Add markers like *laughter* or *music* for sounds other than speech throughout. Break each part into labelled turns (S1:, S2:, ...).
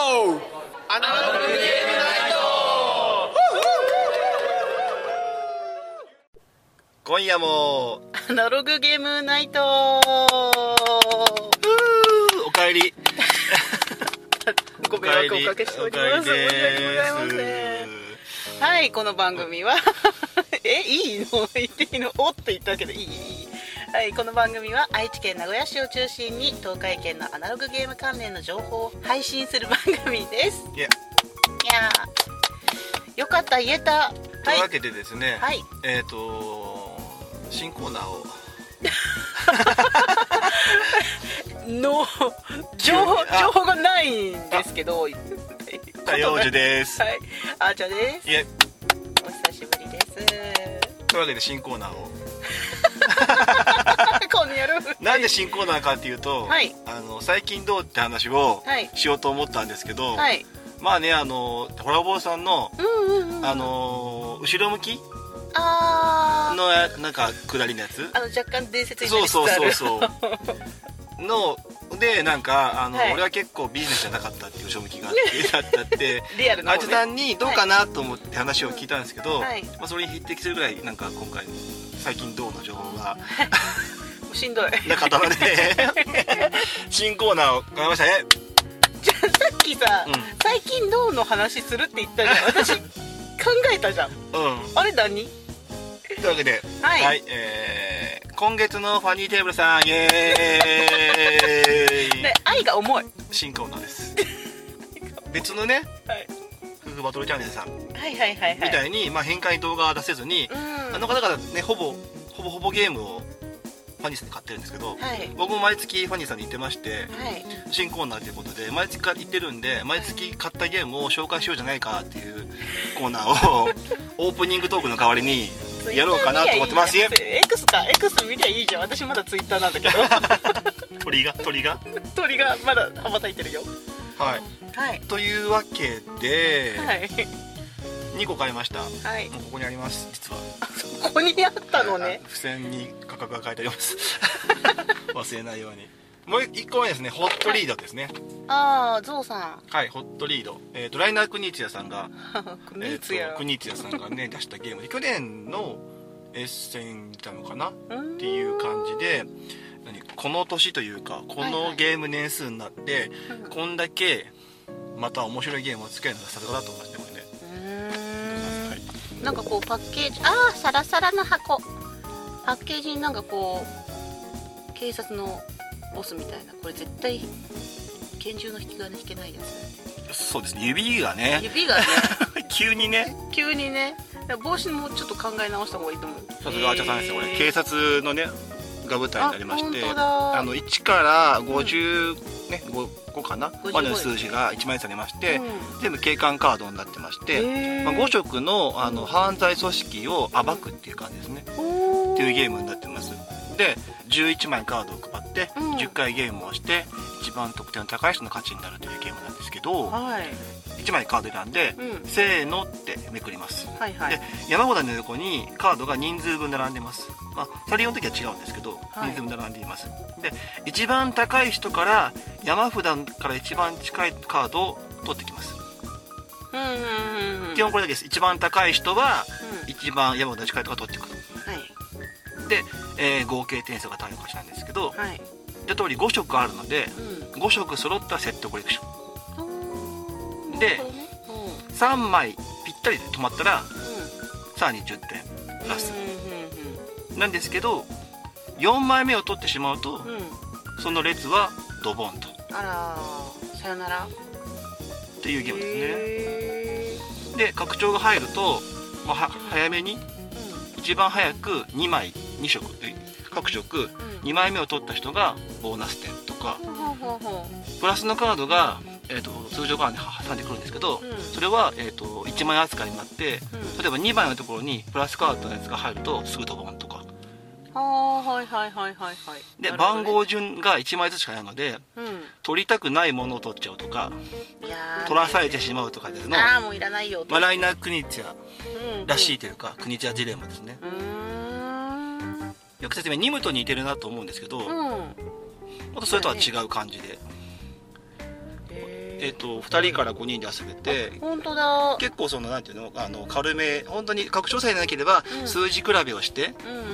S1: アナログゲームナイト
S2: 今夜も
S1: ア *laughs* ナログゲームナイト
S2: うーおかえり
S1: ご迷惑をおかけしてお
S2: おかえり
S1: ります申し訳ございま
S2: で
S1: せんはいこの番組は *laughs* えいいの言っていいのおって言ったけどいいいいはい、この番組は愛知県名古屋市を中心に東海圏のアナログゲーム関連の情報を配信する番組です
S2: すいや
S1: いやーよかった言えたは
S2: というわ
S1: い
S2: けでですね、
S1: はい
S2: えっ、と新コーナーを
S1: の情報情報がないんですけど
S2: 多用樹です、
S1: はい、あーちゃんです
S2: い、や
S1: お久しぶりです。 *laughs*
S2: というわけで新コーナーを
S1: この野郎。
S2: なんで新コーナーかっていうと、
S1: はい
S2: あの最近どうって話を
S1: はい
S2: しようと思ったんですけど、
S1: はい。
S2: まあねあのホラボーさんの、
S1: うんうんうん。
S2: あの後ろ向き
S1: あー
S2: のやなんか下りのやつ
S1: あの若干伝説にな
S2: そう
S1: りつつあ
S2: そう
S1: る。
S2: そう
S1: *laughs*
S2: そうのでなんかあの、
S1: はい
S2: 俺は結構ビジネスじゃなかったっていう後ろ向きがあ
S1: *laughs*
S2: ってだったって
S1: *laughs* リアルな
S2: あ
S1: 方
S2: ち
S1: ね。
S2: さんにどうかなと思って話を聞いたんですけど、
S1: はい
S2: まあ、それに匹敵するぐらいなんか今回最近どうの情報が
S1: しんどい。 *laughs*
S2: なかったので新コーナーを考えましたね
S1: じゃあさっきさ、
S2: うん
S1: 最近どうの話するって言ったじゃん。私
S2: *laughs*
S1: 考えたじゃん。
S2: う
S1: あれ何？
S2: んというわけでは
S1: はい
S2: えー今月のファニーテーブルさんイエーイ、
S1: ね愛が重い。
S2: 新コーナーです別のね
S1: はい
S2: 夫婦バトルチャンネルさんみ
S1: はいはいはいはい。
S2: たいに、まあ、変換に動画は出せずに、
S1: うん。
S2: あの方々ねほぼほぼほぼゲームをファニーさんに買ってるんですけど、
S1: はい
S2: 僕も毎月ファニーさんに行ってまして
S1: はい。
S2: 新コーナーということで毎月行ってるんで毎月買ったゲームを紹介しようじゃないかって
S1: *laughs*
S2: いうコーナーをオープニングトークの代わりにやろうかなと思ってますよ
S1: X か X 見りゃいいじゃん。私まだツイッターなんだけど
S2: 鳥が鳥が
S1: 鳥がまだ羽ばたいてるよ。
S2: はい
S1: はい
S2: というわけで、
S1: はい
S2: 2個買いましたも
S1: はい。
S2: うここにあります実は
S1: ここにあったのね
S2: あ付箋に価格が書いてあります *laughs* 忘れないようにもう1個目ですねホットリードですね
S1: ああゾウ *laughs* さ
S2: はい、ホットリード、えー、とライナー・クニーツヤさんが
S1: んこ
S2: え
S1: いつ
S2: ー
S1: や
S2: とクニーツヤさんがね出したゲームで去年のエッセンたのかなっ
S1: って
S2: いう感じで何この年というかこ
S1: はいは
S2: の
S1: い
S2: ゲーム年数になって、
S1: うん
S2: こんだけまた面白いゲームを作れるのがさすがだと思いますねこれねはい
S1: なんかこうパッケージああサラサラの箱パッケージになんかこう警察のボスみたいなこれ絶対拳銃の引き金引けないやつ
S2: そうですね指がね
S1: 指がね *laughs*
S2: 急にね
S1: 急にね帽子もちょっと考え直した方がいいと思う
S2: さすがあちゃさんですよこれ警察のねが舞台になりまして
S1: あ本当だ
S2: の1から50、ね5個かな
S1: 55
S2: までの数字が1枚にされまして、
S1: う
S2: 全部警官カードになってまして、
S1: え
S2: まあ、5色のあの犯罪組織を暴くっていう感じですねっていうゲームになってますで11枚カードを配って
S1: うん
S2: 10回ゲームをして一番得点の高い人の勝ちになるというゲームなんですけど
S1: はい、
S2: 1枚カード選んで
S1: うん、
S2: 「せーの」ってめくります
S1: はいはい
S2: で山札の横にカードが人数分並んでます、まあ、サリオの時は違うんですけど、
S1: はい
S2: 人数分並んでいますで一番高い人から山札から一番近いカードを取ってきます
S1: うんうんうんうん
S2: 基本これだけです一番高い人は
S1: うん
S2: 一番山札近いとか取っていく
S1: はい
S2: で、えー合計点数が単位の勝ちなんですけど
S1: はい
S2: 言った通り5色あるので
S1: うん
S2: 5色揃ったセットコレクション
S1: おー
S2: で
S1: なるほどね
S2: 3枚ぴったりで止まったら
S1: うんうん
S2: さらに10点プラス
S1: うんうん
S2: なんですけど4枚目を取ってしまうと
S1: うんうん
S2: その列はドボンと
S1: あらさよなら
S2: っていうゲームで
S1: へ
S2: すねで拡張が入ると、まあ、は早めに
S1: ー
S2: 一番早く2枚2色え各色
S1: うん
S2: 2枚目を取った人がボーナス点とか
S1: うんほうほうほ
S2: プラスのカードが、えー、と通常カードに挟んでくるんですけど、
S1: うん
S2: それは、えー、と1枚扱いになって
S1: ううん
S2: 例えば2枚のところにプラスカードのやつが入るとすぐドボンとか
S1: あーはいはいはいはいはい
S2: で、
S1: なるほど
S2: 番
S1: ね
S2: 号順が1枚ずつしかないので
S1: う
S2: 取りたくないものを取っちゃうとか
S1: んいやー
S2: 取らされてしまうとかですの、
S1: ああもういらないよ
S2: まあ、ライナークニチャ
S1: うん
S2: らしいというかクニチャジレンマですね
S1: うーん
S2: よく説明ニムと似てるなと思うんですけど、
S1: うん
S2: またそれとは違う感じで
S1: へ
S2: えっと、2人から5人で遊べて
S1: 本当だ
S2: 結構そのなんていうのあの軽め本当に拡張祭でなければ
S1: うん
S2: 数字比べをして
S1: うんうん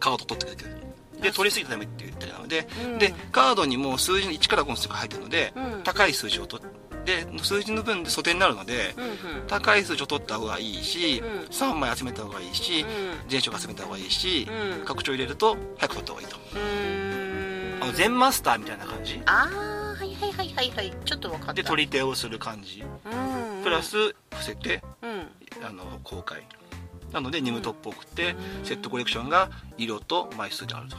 S2: カード取ってくるで取りすぎたらダメって言ってるので、
S1: うん
S2: でカードにもう数字の1から5の数が入ってるので、
S1: うん
S2: 高い数字を取って数字の分で素手になるので、
S1: うんうん
S2: 高い数字を取った方がいいし、
S1: うん
S2: 3枚集めた方がいいし、全色集めた方がいいし、
S1: うん
S2: 拡張入れると早く取った方がいいと、
S1: うん
S2: あの全マスターみたいな感じ
S1: あーはいはいはいはいはいちょっと分かった
S2: で取り手をする感じ
S1: うんうん
S2: プラス伏せて
S1: うん
S2: あの公開なのでニムトっぽくて、
S1: うん
S2: セットコレクションが色と枚数であると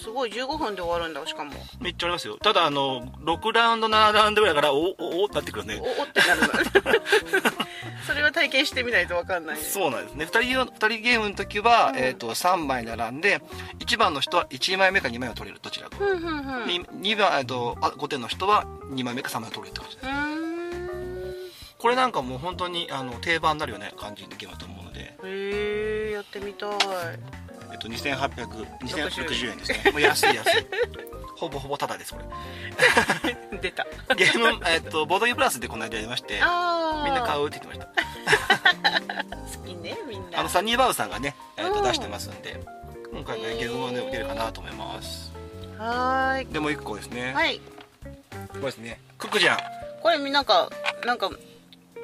S1: すごい15分で終わるんだしかも
S2: めっちゃありますよただあの6ラウンド7ラウンドぐらいからおおおってなってくるね
S1: おおってなるな *laughs* それは体験してみないと分かんないね
S2: そうなんですね2人用二人ゲームの時は、
S1: うん
S2: えー、と3枚並んで1番の人は1枚目か2枚を取れるどちらか、
S1: ふんふんふん
S2: に二番、えー、とあ5点の人は2枚目か3枚を取れるって感じで
S1: うーん
S2: これなんかもう本当にあの定番になるよね感じのゲームだと思うので、
S1: へえやってみたい
S2: *laughs* えっと、2860円ですねもう安い安い *laughs* ほぼほぼタダですこれ *laughs*
S1: 出た
S2: ゲーム、えっと、ボードゲームプラスでこの間やりまして
S1: ああ
S2: みんな買うって言ってまし
S1: 好きねみん
S2: た
S1: な
S2: あのサニーバウさんがね、えっ
S1: う
S2: と、
S1: ん
S2: 出してますんで今回のゲームはね受けるかなと思います
S1: はーい
S2: でもう一個ですね、
S1: はい
S2: これですねクックジャン
S1: これみんながなんか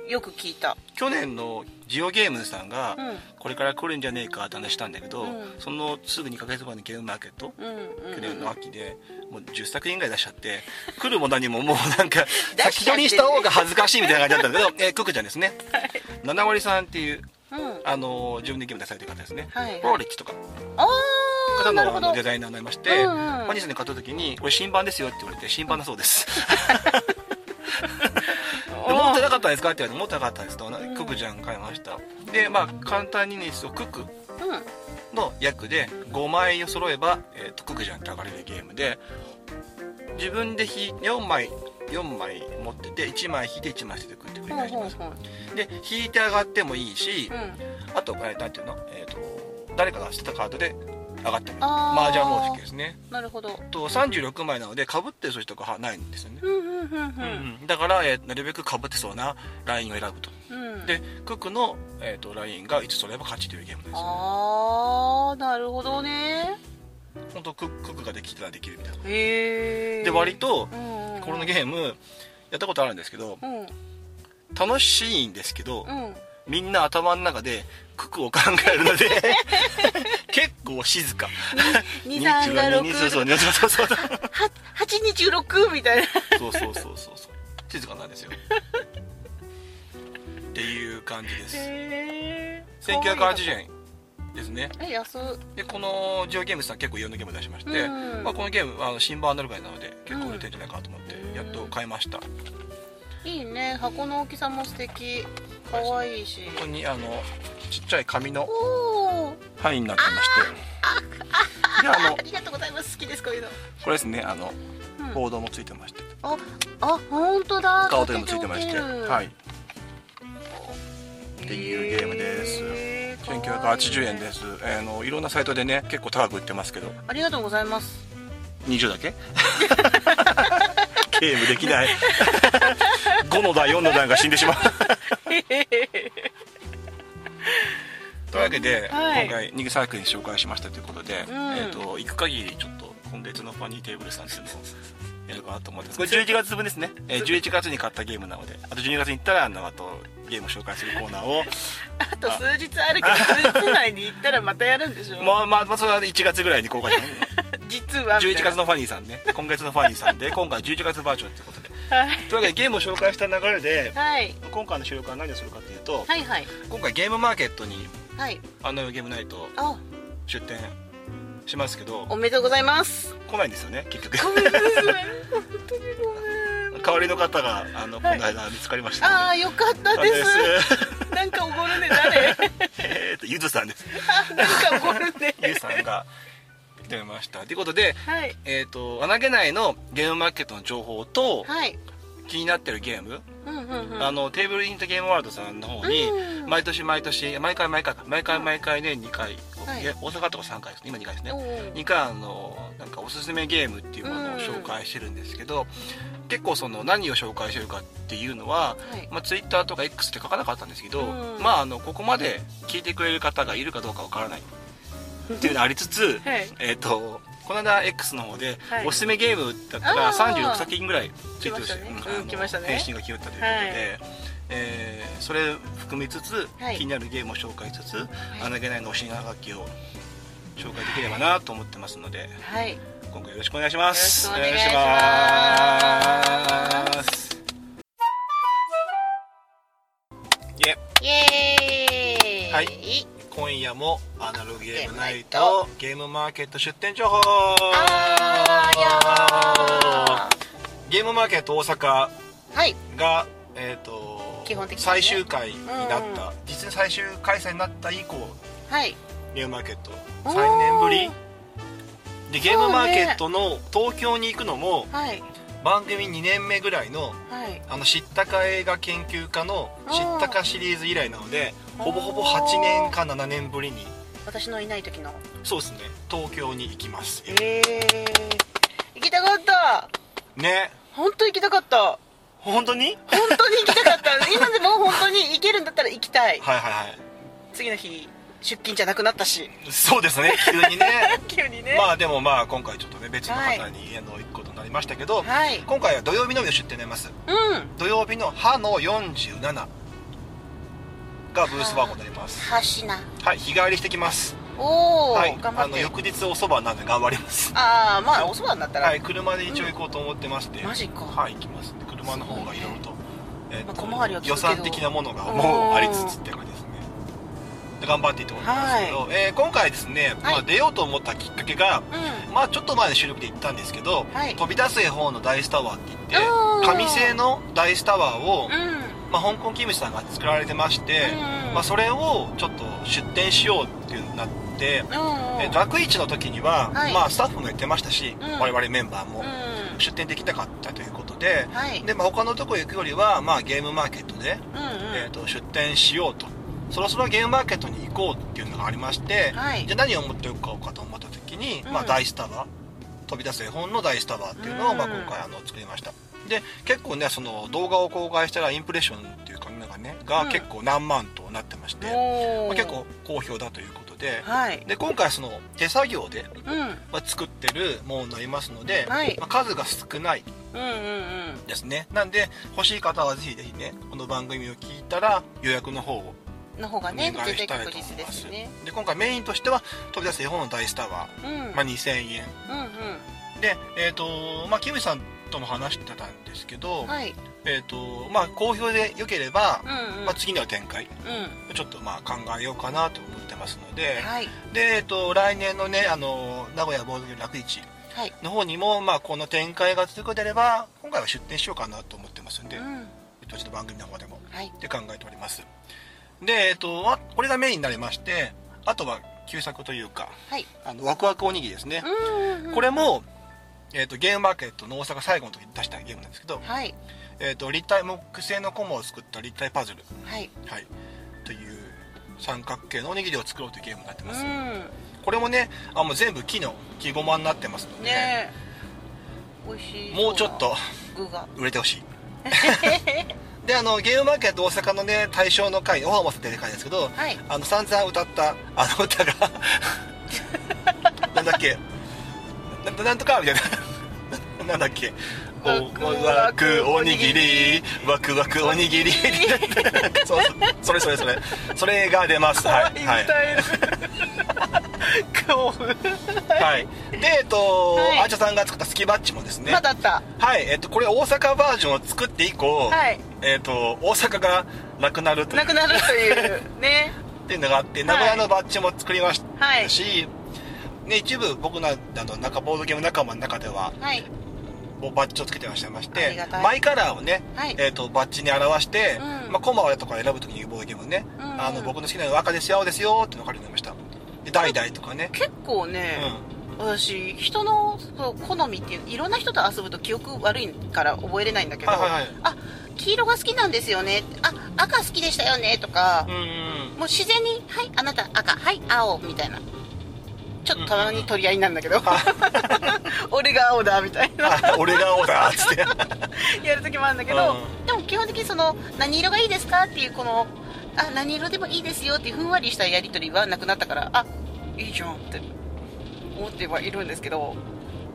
S1: よく聞いた
S2: 去年のジオゲームズさんが
S1: うん
S2: これから来るんじゃねえかって話したんだけど、
S1: うん
S2: そのすぐ2ヶ月後にゲームマーケット
S1: うんうん
S2: 去
S1: う
S2: 年
S1: ん
S2: の秋でもう10作品ぐらい出しちゃって来るも何ももうなんか
S1: *laughs* 出
S2: 先
S1: しちゃ
S2: 取
S1: って
S2: りにした方が恥ずかしいみたいな感じだったんだけど、
S1: *laughs*
S2: えークックちゃんですね、七割さんっていう
S1: うん
S2: あの自分でゲーム出されてる方ですね、
S1: はいはい
S2: ローレッチとか
S1: あ
S2: 方
S1: あな
S2: の
S1: るほ
S2: あ
S1: ど
S2: のデザイナーになりまして、
S1: うんうん
S2: マニスに買った時に「これ新版ですよ」って言われて「新版だそうです」 *laughs* で持ってなかったんですか?」って言われて「持ってなかったんです」と「
S1: ん
S2: クックじゃん買いました」でまあ簡単にねそうクック
S1: うん
S2: の役で5枚を揃えば、えーとクックじゃんって上がれるゲームで自分で引い4枚4枚持ってて1枚引いて1枚捨ててくって繰り
S1: ほう
S2: 返し
S1: ほ
S2: ま
S1: う
S2: す
S1: ほう
S2: で引いて上がってもいいし、
S1: うん
S2: あと、えーなんていうの、えー、と誰かが捨てたカードで上がってもいい
S1: あー
S2: マージャン方式ですね
S1: なるほど
S2: と36枚なのでかぶってる数字とかはないんですよね、
S1: うんうんうん
S2: うん
S1: うん
S2: うんだから、えーなるべくかぶってそうなラインを選ぶと
S1: うん
S2: でクックの、えー、とラインがいつ揃えば勝ちというゲームです
S1: ああなるほどね
S2: 本当クッククックができたらできるみたいな
S1: へえ
S2: で割と
S1: うんうん
S2: このゲームやったことあるんですけど
S1: うん
S2: 楽しいんですけど
S1: うん
S2: みんな頭の中でクックを考えるので *laughs* 結構静か
S1: 二三が六
S2: 二そうそうそうそうそう
S1: は八二十六みたいな
S2: そうそうそうそうそう静かなんですよっていう感じです
S1: へえ
S2: 1980円ですね
S1: え安っ
S2: でこのジオゲームズさん結構いろんなゲーム出しまして、
S1: うん
S2: まあ、このゲームあの新版になるぐらいなので結構売れてるんじゃないかなと思って、
S1: うん
S2: やっと買いましたこ
S1: いいね箱の大きさも素敵可愛いし
S2: こにあのちっちゃい紙の
S1: おお
S2: 範囲になってましてであ
S1: あ
S2: の
S1: ありがとうございます好きですこういうの、
S2: これですねあの
S1: うん、
S2: ボードもついてまして
S1: ああ本当だ
S2: カードにもついてましてはい
S1: って
S2: いうゲームです1980円ですす、あのいろんなサイトでね結構高く売ってますけど
S1: ありがとうございます
S2: 20だけ *laughs* ゲームでき *laughs* ない5の段4の段が死んでしまうというわけで、
S1: はい
S2: 今回ニグサークルに紹介しましたということで、
S1: うん
S2: えー、と行く限りちょっと今月のファニーテーブルさんっていうのをやるかなと思ってますこれ11月分ですね、えー、11月に買ったゲームなのであと12月に行ったらあのあとゲームを紹介するコーナーを
S1: *laughs* あと数日あるけど数日内に行ったらまたやるんでしょ、
S2: まあまあまあそれは1月ぐらいに公開
S1: *laughs*
S2: します
S1: 実はみた
S2: 11
S1: いな
S2: 月のファニーさんね今月のファニーさんで今回11月バージョンということで
S1: はい
S2: というわけでゲームを紹介した流れで
S1: はい
S2: 今回の収録は何をするかというと、
S1: はいはい
S2: 今回ゲームマーケットに
S1: はい
S2: あのゲームナイト
S1: あ
S2: 出店しますけど
S1: おめでとうございます
S2: 来ないんですよね結局
S1: ごめんなさい本当にごめん
S2: 代わりの方があのこの間見つかりました
S1: あ
S2: の
S1: あよかった
S2: で、
S1: ですなんかおごるね誰
S2: あ
S1: *laughs*
S2: ですえーっとゆずさんです
S1: あなんかおごる *laughs* ね
S2: ゆずさんが来てみましたということで
S1: はい
S2: えーっ、と穴げないのゲームマーケットの情報と
S1: はい
S2: 気になってるゲーム、
S1: うんうんうん
S2: あのテーブルインとゲームワールドさんの方に
S1: うん
S2: 毎年毎年毎回毎回毎回毎回ね2回
S1: はい
S2: いや大阪とか3回ですね今2回ですね
S1: おー
S2: 2回あのなんかおすすめゲームっていうものを紹介してるんですけど、結構その何を紹介してるかっていうのは、
S1: はい
S2: まあ、Twitter とか X って書かなかったんですけど、
S1: うん、
S2: まああのここまで聞いてくれる方がいるかどうかわからないっていうのありつつ
S1: *laughs* はい
S2: えっ、とこの間 X の方で、
S1: はい
S2: おすすめゲームだった
S1: あ
S2: ら
S1: ー
S2: 36作品ぐらいツイートして
S1: 来ま
S2: うん
S1: したね
S2: あの
S1: うん来ましたね
S2: 返信が決まったということで、
S1: はい
S2: えーそれ含みつつ、
S1: はい
S2: 気になるゲームを紹介しつつ、穴げないのお品書きを紹介できればなと思ってますので
S1: はい
S2: 今回よろしくお願いします
S1: よろしくお願いします
S2: お願いしますいえ
S1: イエーイ
S2: はい今夜もアナログゲームナイトゲームマーケット出店情報
S1: あーや
S2: ゲームマーケット大阪
S1: ーはい
S2: が、えー、と
S1: 基本的にね
S2: 最終回になった、
S1: う
S2: 実に最終開催になった以降
S1: はい
S2: ゲームマーケット
S1: おー
S2: 3年ぶりでゲームマーケットの東京に行くのも
S1: はい
S2: 番組2年目ぐらいの
S1: はい
S2: あの知ったか映画研究家の
S1: おー
S2: 知ったかシリーズ以来なのでほぼほぼ
S1: おー
S2: 8年か7年ぶりに
S1: 私のいない時の
S2: そうですね東京に行きます
S1: えー、行きたかった
S2: ね
S1: 本当行きたかった
S2: 本当に
S1: 本当に行きたかった
S2: *laughs*
S1: 今でも本当に行けるんだったら行きたい
S2: はいはいはい
S1: 次の日出勤じゃなくなったし
S2: そうですね急に
S1: *laughs*
S2: ね
S1: 急にね、
S2: まあでもまあ今回ちょっとね別の
S1: はい
S2: 方に、あの行くことになりましたけど、
S1: はい
S2: 今回は土曜日のみの出店になります
S1: うん
S2: 土曜日の歯の47がブース番号になります
S1: はしな
S2: はい日帰りしてきます
S1: おお、
S2: はい
S1: 頑張
S2: あ
S1: っ
S2: の
S1: て
S2: 翌日おそばなんで頑張ります
S1: ああまあおそばになったら、
S2: はい車で一応行こうと思ってまして、
S1: マジか、
S2: はい行きます車の方がいろいろと,、えっと
S1: まあ小回りは利くけど
S2: 予算的なものがもうありつつって感じですねで頑張っていってことなんですけど、えー今回ですね、ま
S1: は
S2: あ、
S1: い
S2: 出ようと思ったきっかけが、
S1: うん
S2: まあ、ちょっと前の収録で言ったんですけど、
S1: はい
S2: 飛び出す絵本のダイスタワーって言
S1: うん
S2: って紙製のダイスタワーを、
S1: うん
S2: まあ、香港キムチさんが作られてまして、
S1: うん
S2: まあ、それをちょっと出店しようっていうのになって、
S1: うん
S2: えー楽市の時には、
S1: はい
S2: まあ、スタッフも言ってましたし、
S1: うん
S2: 我々メンバーも
S1: う
S2: 出店できなかったということで
S1: んはい
S2: で、まあ、他のとこ行くよりは、まあ、ゲームマーケットで、
S1: うんうん
S2: えー、と出店しようとそろそろゲームマーケットに行こうっていうのがありまして、
S1: はい
S2: じゃあ何を持っておこうかと思った時に、
S1: うん
S2: まあ、大スタバ飛び出す絵本の大スタバっていうのを、まあ、
S1: うん
S2: 今回あの作りましたで結構ねその動画を公開したらインプレッションっていうかなんかねが
S1: うん
S2: 結構何万となってまして、
S1: お
S2: ま
S1: ー
S2: あ、結構好評だということで
S1: はい
S2: で今回その手作業で、
S1: うんうん
S2: まあ、作ってるものになりますので、
S1: はい
S2: まあ、数が少ない
S1: うんうん
S2: ですねなんで欲しい方はぜひぜひねこの番組を聞いたら予約の方を
S1: の方が
S2: お
S1: ね
S2: 願
S1: 絶
S2: いし
S1: 対
S2: たいと
S1: 確
S2: 思
S1: 実
S2: い
S1: で
S2: ます
S1: すね
S2: で今回メインとしては飛び出す絵本の大スターは、
S1: うんうん
S2: まあ、2000円
S1: う
S2: でえっ、とまあキムさんとも話してたんですけど、
S1: んはい
S2: えっ、とまあ好評で良ければ
S1: う、んうん
S2: まあ、次の展開
S1: うん
S2: ちょっとまあ考えようかなと思ってますので、
S1: はい
S2: でえっ、と来年のねあの名古屋ボードゲーム楽市
S1: はい
S2: の方にも、まあ、この展開が続くであれば今回は出店しようかなと思ってますんで、
S1: う
S2: え
S1: ん
S2: っと、ちょっと番組の方でも
S1: はい
S2: って考えておりますで、えっと、わこれがメインになりましてあとは旧作というか
S1: はい
S2: あのワクワクおにぎりですね、
S1: うんうん
S2: これも、えっと、ゲームマーケットの大阪最後の時に出したゲームなんですけど、
S1: はい
S2: えっと、立体木製のコマを作った立体パズル、
S1: はい
S2: はい、という三角形のおにぎりを作ろうというゲームになって
S1: う
S2: ます、
S1: ん
S2: これもねあもう全部木の木ごまになってますので、
S1: ねえ美味しい
S2: もうちょっと
S1: 具が
S2: 売れてほ
S1: *laughs*
S2: しいであのゲームマーケット大阪のね対象の会オファーもされてる会ですけど、
S1: はい
S2: あの散々歌ったあの歌がなんだっけなななんとかみたいななんだっけお
S1: ワクワ
S2: ワ
S1: ク
S2: クおにぎりワクワクおにぎりそうそうそれそれそれそれが出ますはいい、
S1: い *laughs*
S2: はい
S1: 歌える
S2: *laughs*
S1: 興奮
S2: はい、でえっと、
S1: はい
S2: あーちゃさんが作ったスキバッチもですね
S1: まだあった
S2: はい、えっと、これ大阪バージョンを作って以降、
S1: はい
S2: えっと、大阪がなくなるという
S1: なくなるというね
S2: っていうのがあって、名古屋のバッジも作りまし
S1: は
S2: た
S1: い
S2: し、ね、一部僕のあの中ボードゲーム仲間の中で *laughs* は、
S1: はい
S2: もうバッジをつけてらっしゃいまし
S1: あり
S2: て
S1: がたい
S2: マイカラーをね、
S1: はい
S2: えっとバッジに表して、
S1: うん
S2: まあ、コマをとか選ぶ時にボードゲームね、
S1: うん
S2: あの僕の好きなのは赤ですよ青ですよっていうのが書いてありましたで代々とかね、
S1: 結構ね、私人のそう好みっていういろんな人と遊ぶと記憶悪いから覚えれないんだけど、
S2: はいはいはい
S1: あ黄色が好きなんですよねあ赤好きでしたよねとか
S2: う、んうん
S1: もう自然に「はいあなた赤はい青」みたいなちょっとたまに取り合いになるんだけど *laughs* 俺が青だみたいな
S2: あ俺が青だっつ
S1: *laughs*
S2: って
S1: やる時もあるんだけど、
S2: う
S1: でも基本的にその何色がいいですかっていうこのあ何色でもいいですよっていうふんわりしたやり取りはなくなったからあいいじゃんって思ってはいるんですけど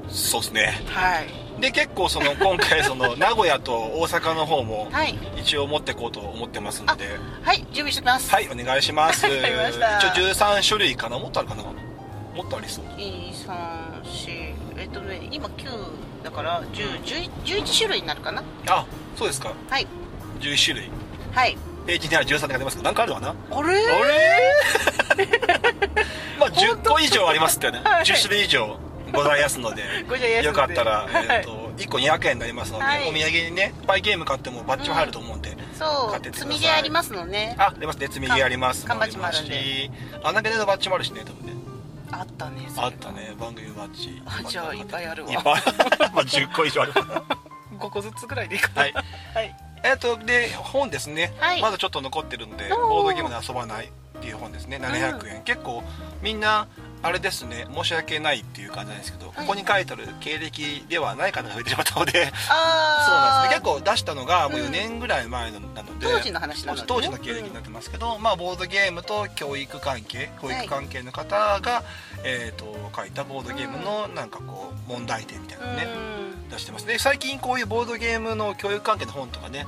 S2: そうですね
S1: はい
S2: で結構その今回その名古屋と大阪の方も
S1: はい
S2: 一応持ってこうと思ってますので
S1: はい準備してきます、
S2: はいお願いします
S1: *laughs* わかりました
S2: 一応13種類かなもっとあるかなもっとありそう
S1: 134えっとね今9だから1011種類になるかな
S2: あそうですか
S1: はい
S2: 11種類
S1: はい
S2: ページにある13って書いてますけどなんかあるわな
S1: あれ
S2: あれ *laughs* まあ
S1: 本
S2: 10
S1: 当
S2: 個以上ありますってね
S1: はい
S2: 10種類以上ございますので
S1: ございます
S2: よ
S1: ので
S2: かったら、
S1: はい
S2: えっと1個200円になりますので、
S1: はい
S2: お土産にねパイゲーム買ってもバッジも入ると思うんで、
S1: そ
S2: 買ってって
S1: う
S2: くださ
S1: 積
S2: い
S1: みでありますのね
S2: あ出ますね積み木あります
S1: 缶バッジもあるんで
S2: ありますし穴毛のバッジもあるしね多分ね
S1: あったねそれ
S2: あったね番組バッジ
S1: あじゃあいっぱいあるわ
S2: いっぱいまあ10個以上ある *laughs* わ
S1: 5個ずつぐらいでいいかな
S2: はい
S1: はい
S2: えっとで本ですね、
S1: はい
S2: まだちょっと残ってるんで
S1: おー
S2: ボードゲームで遊ばないっていう本ですね700円、結構みんなあれですね申し訳ないっていう感じなんですけど、ここに書いてある経歴ではない方が増えてしまったので *laughs* そうなん
S1: あ
S2: です
S1: あ
S2: ね結構出したのがもう
S1: う
S2: 4
S1: ん
S2: 年ぐらい前のなので、
S1: 当時の話なのでね
S2: 当時の経歴になってますけど、まあボードゲームと教育関係保
S1: は
S2: 育
S1: い
S2: 関係の方が、えー、と書いたボードゲームのなんかこう問題点みたいなのね、出してますで最近こういうボードゲームの教育関係の本とかね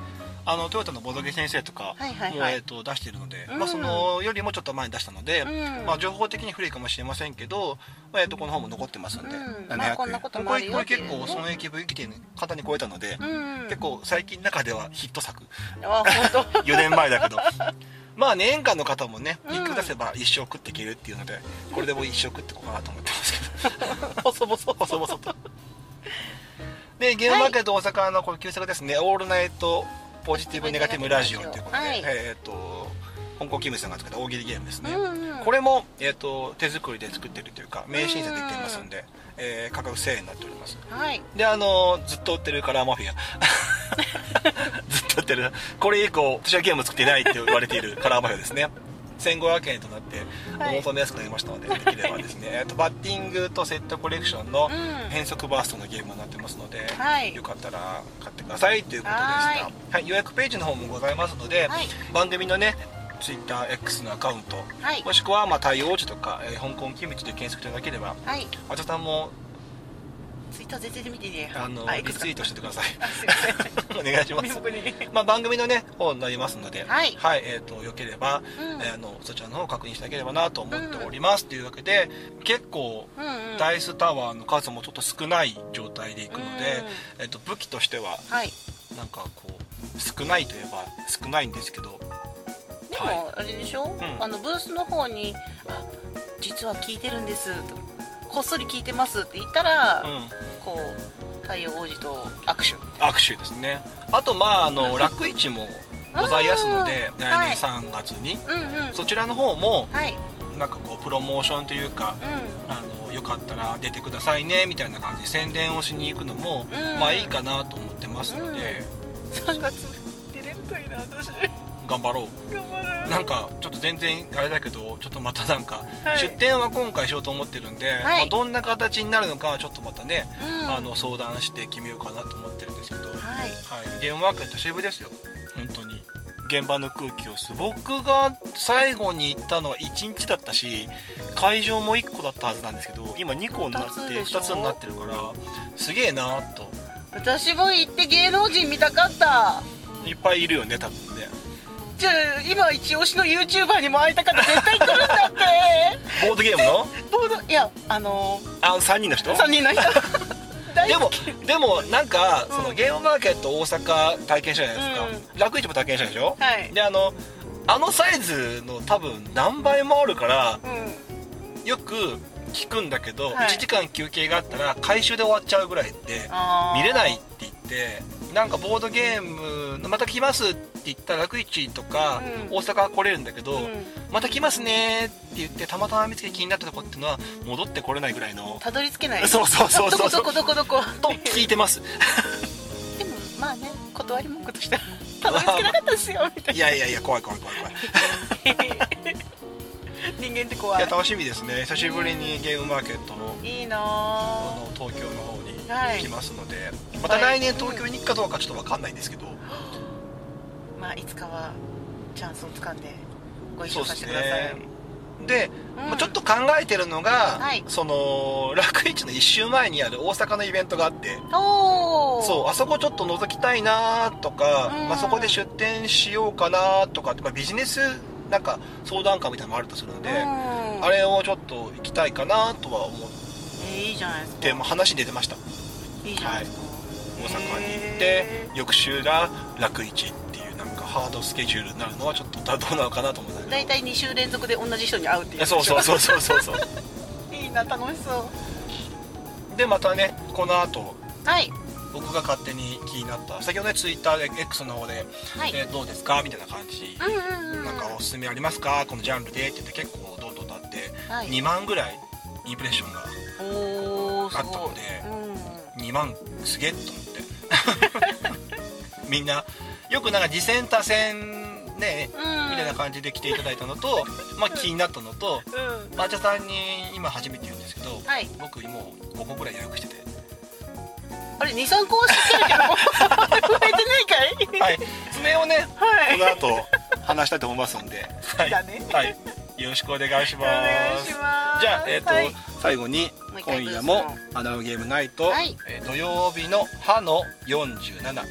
S2: あのトヨタのボードゲーム先生とかも、
S1: はいはいはい
S2: えー、と出しているので、
S1: うん
S2: まあ、そのよりもちょっと前に出したので、
S1: うん
S2: まあ、情報的に古いかもしれませんけど、まあえー、とこの本も残ってますんで、
S1: うん
S2: 700
S1: まあこんなこともある
S2: 円
S1: よ
S2: これこれ
S1: っていう
S2: 結
S1: ね
S2: 構損益分岐点方に超えたので、
S1: うん、うん、
S2: 結構最近の中ではヒット作
S1: あ本当
S2: 4年前だけど *laughs* まあ年間の方もね
S1: うん
S2: 1個出せば一生食っていけるっていうので、これでもう一生食ってこうかなと思ってますけど。
S1: *laughs* 細々
S2: 細々とでゲームマーケット大阪のこれ旧作ですね「オールナイトポジティブネガティブラジオ」っていうことで、
S1: はい
S2: えっ、と香港キムさんが作った大喜利ゲームですね、
S1: うんうん
S2: これも、えー、と手作りで作ってるというか名シーンでできていますんで、えー価格1000円になっております
S1: はい
S2: であのずっと売ってるカラーマフィア *laughs* ずっと売ってるこれ以降私はゲーム作ってないって言われているカラーマフィアですね1500円となって
S1: は
S2: お
S1: い
S2: 求めやすくなりましたので、できれば
S1: *laughs*
S2: ですね、えーとバッティングとセットコレクションの
S1: うん
S2: 変則バーストのゲームになってますので、
S1: はい
S2: よかったら買ってくださいということでした
S1: は
S2: はい、予約ページの方もございますので、
S1: はい
S2: 番組のね TwitterX のアカウント、
S1: はい
S2: もしくは、まあ、太陽王子とか、えー香港キムチで検索していただければ
S1: はい
S2: あちさんも
S1: ツイッター全然見てねえ
S2: あの
S1: あい
S2: リ
S1: くつ
S2: ツ
S1: か
S2: イートしててください
S1: あすいませ
S2: *laughs*
S1: ん
S2: お願いします
S1: メモに
S2: まあ、番組のね方になりますので、
S1: はい
S2: えー、とよければ、
S1: うん
S2: えーあのそちらの方を確認していただければなと思っております、というわけで結構
S1: うんうん
S2: ダイスタワーの数もちょっと少ない状態でいくので、えー、と武器としては
S1: はい
S2: なんかこう少ないといえば少ないんですけど
S1: で
S2: は
S1: もあれでしょ、
S2: うん
S1: あのブースの方に「あ実は聞いてるんです」と「こっそり聞いてます」って言ったら、
S2: うん
S1: こう太陽王子と握手
S2: 握手ですねあとまああの楽市もございますので
S1: あーはい
S2: 来年3月に、
S1: うんうん
S2: そちらの方も
S1: はい
S2: なんかこうプロモーションというか
S1: う
S2: あのよかったら出てくださいねみたいな感じで宣伝をしに行くのも、
S1: うん
S2: まあいいかなと思ってますので、
S1: ん3月出れるといいな私
S2: 頑
S1: 頑
S2: 張ろう
S1: 張る
S2: なんかちょっと全然あれだけどちょっとまたなんか、
S1: はい
S2: 出店は今回しようと思ってるんで、
S1: はい
S2: まあどんな形になるのかはちょっとまたね、
S1: うん
S2: あの相談して決めようかなと思ってるんですけど、はい
S1: はい
S2: ゲームワークって渋いですよ本当に現場の空気をす僕が最後に行ったのは1日だったし会場も1個だったはずなんですけど今2個になって
S1: 二つでしょ
S2: 2, つになってるからすげえなーと
S1: 私も行って芸能人見たかった
S2: いっぱいいるよね多分ね
S1: じゃあ今一押しの YouTuber にも会いたかった絶対来るんだ
S2: *laughs*
S1: って
S2: ボードゲームの
S1: ボードいや *laughs* あの
S2: あ3人の人
S1: 3人の人
S2: *laughs*
S1: 大
S2: で
S1: 好
S2: も
S1: き
S2: でもなんか
S1: うん
S2: そのゲームマーケット大阪体験したじゃないですか、楽市も体験したでしょ、
S1: はい
S2: であのあのサイズの多分何倍もあるから
S1: うん
S2: よく聞くんだけど、
S1: は
S2: 1
S1: い
S2: 時間休憩があったら回収で終わっちゃうぐらいで
S1: あー
S2: 見れないって言ってなんかボードゲームのまた来ますって言ったら楽市とか
S1: うん
S2: 大阪来れるんだけど、
S1: うん
S2: また来ますねって言ってたまたま見つけて気になったとこっていうのは戻ってこれないぐらいの
S1: たどり着けない
S2: そうそうそうそう
S1: どこどこどこどこ
S2: と聞いてます
S1: でもまあね断り文句
S2: *laughs*
S1: としてはたどり着けなかったですよみたい *laughs*
S2: いやいやいや怖い怖い怖い怖い
S1: な人間って怖
S2: い
S1: い
S2: や楽しみですね久しぶりにゲームマーケットの
S1: いいな
S2: の東京の方に
S1: はい
S2: 行きますので、また来年東京に行くかどうかちょっと分かんないんですけど、
S1: ぁまあいつかはチャンスをつかんでご一
S2: そう
S1: 緒
S2: で
S1: させ
S2: す
S1: てください、
S2: ねで、
S1: うん
S2: まあちょっと考えてるのが、
S1: はい
S2: その楽市の1周前にある大阪のイベントがあって
S1: おお
S2: そうあそこちょっと覗きたいなとか、
S1: うん
S2: まあ、そこで出店しようかなとかって、まあ、ビジネスなんか相談会みたいなのもあるとするので、あ
S1: あ
S2: れをちょっと行きたいかなとは思っ
S1: えいいじゃないです
S2: て、まあ、
S1: か
S2: 話に出てました
S1: いいじゃないですか、
S2: 大阪に行って
S1: へ
S2: 翌週が楽市っていうなんかハードスケジュールになるのはちょっと妥当なのかなと思うんだけ
S1: ー
S2: ど
S1: 大体2週連続で同じ人に会うって
S2: い
S1: いう
S2: やそうそうそうそうそうそう
S1: いいな楽しそう
S2: でまたねこの後
S1: はい
S2: 僕が勝手に気になった先ほどねツイッターで X の方で、
S1: はい、
S2: えーどうですかみたいな感じ、
S1: うんうんうん
S2: なんかおすすめありますかこのジャンルでって言って結構どんどんとあって、
S1: はい
S2: 2万ぐらいインプレッションが
S1: おーす
S2: あった
S1: ご
S2: の
S1: い
S2: で
S1: う
S2: 2万すげえと思って *laughs* みんなよくなんか次戦他戦ね
S1: ん
S2: みたいな感じで来ていただいたのと、まあ、気になったのと
S1: うん
S2: バーチャさんに今初めて言うんですけど、
S1: はい
S2: 僕もう5個ぐらい予約
S1: *laughs*
S2: してて、
S1: あれ23個押してるけど *laughs* 増えてないかい
S2: はい、それをね
S1: はい
S2: この後話したいと思いますんで、はい、
S1: *laughs* だね
S2: はい、よろしくお願いし
S1: お
S2: ま
S1: 願い
S2: す。
S1: します
S2: じゃあ、えっ、と、
S1: はい
S2: 最後に
S1: もう一回
S2: 今夜も
S1: ブー
S2: アナログゲームナイト、
S1: はい
S2: えー土曜日の歯の47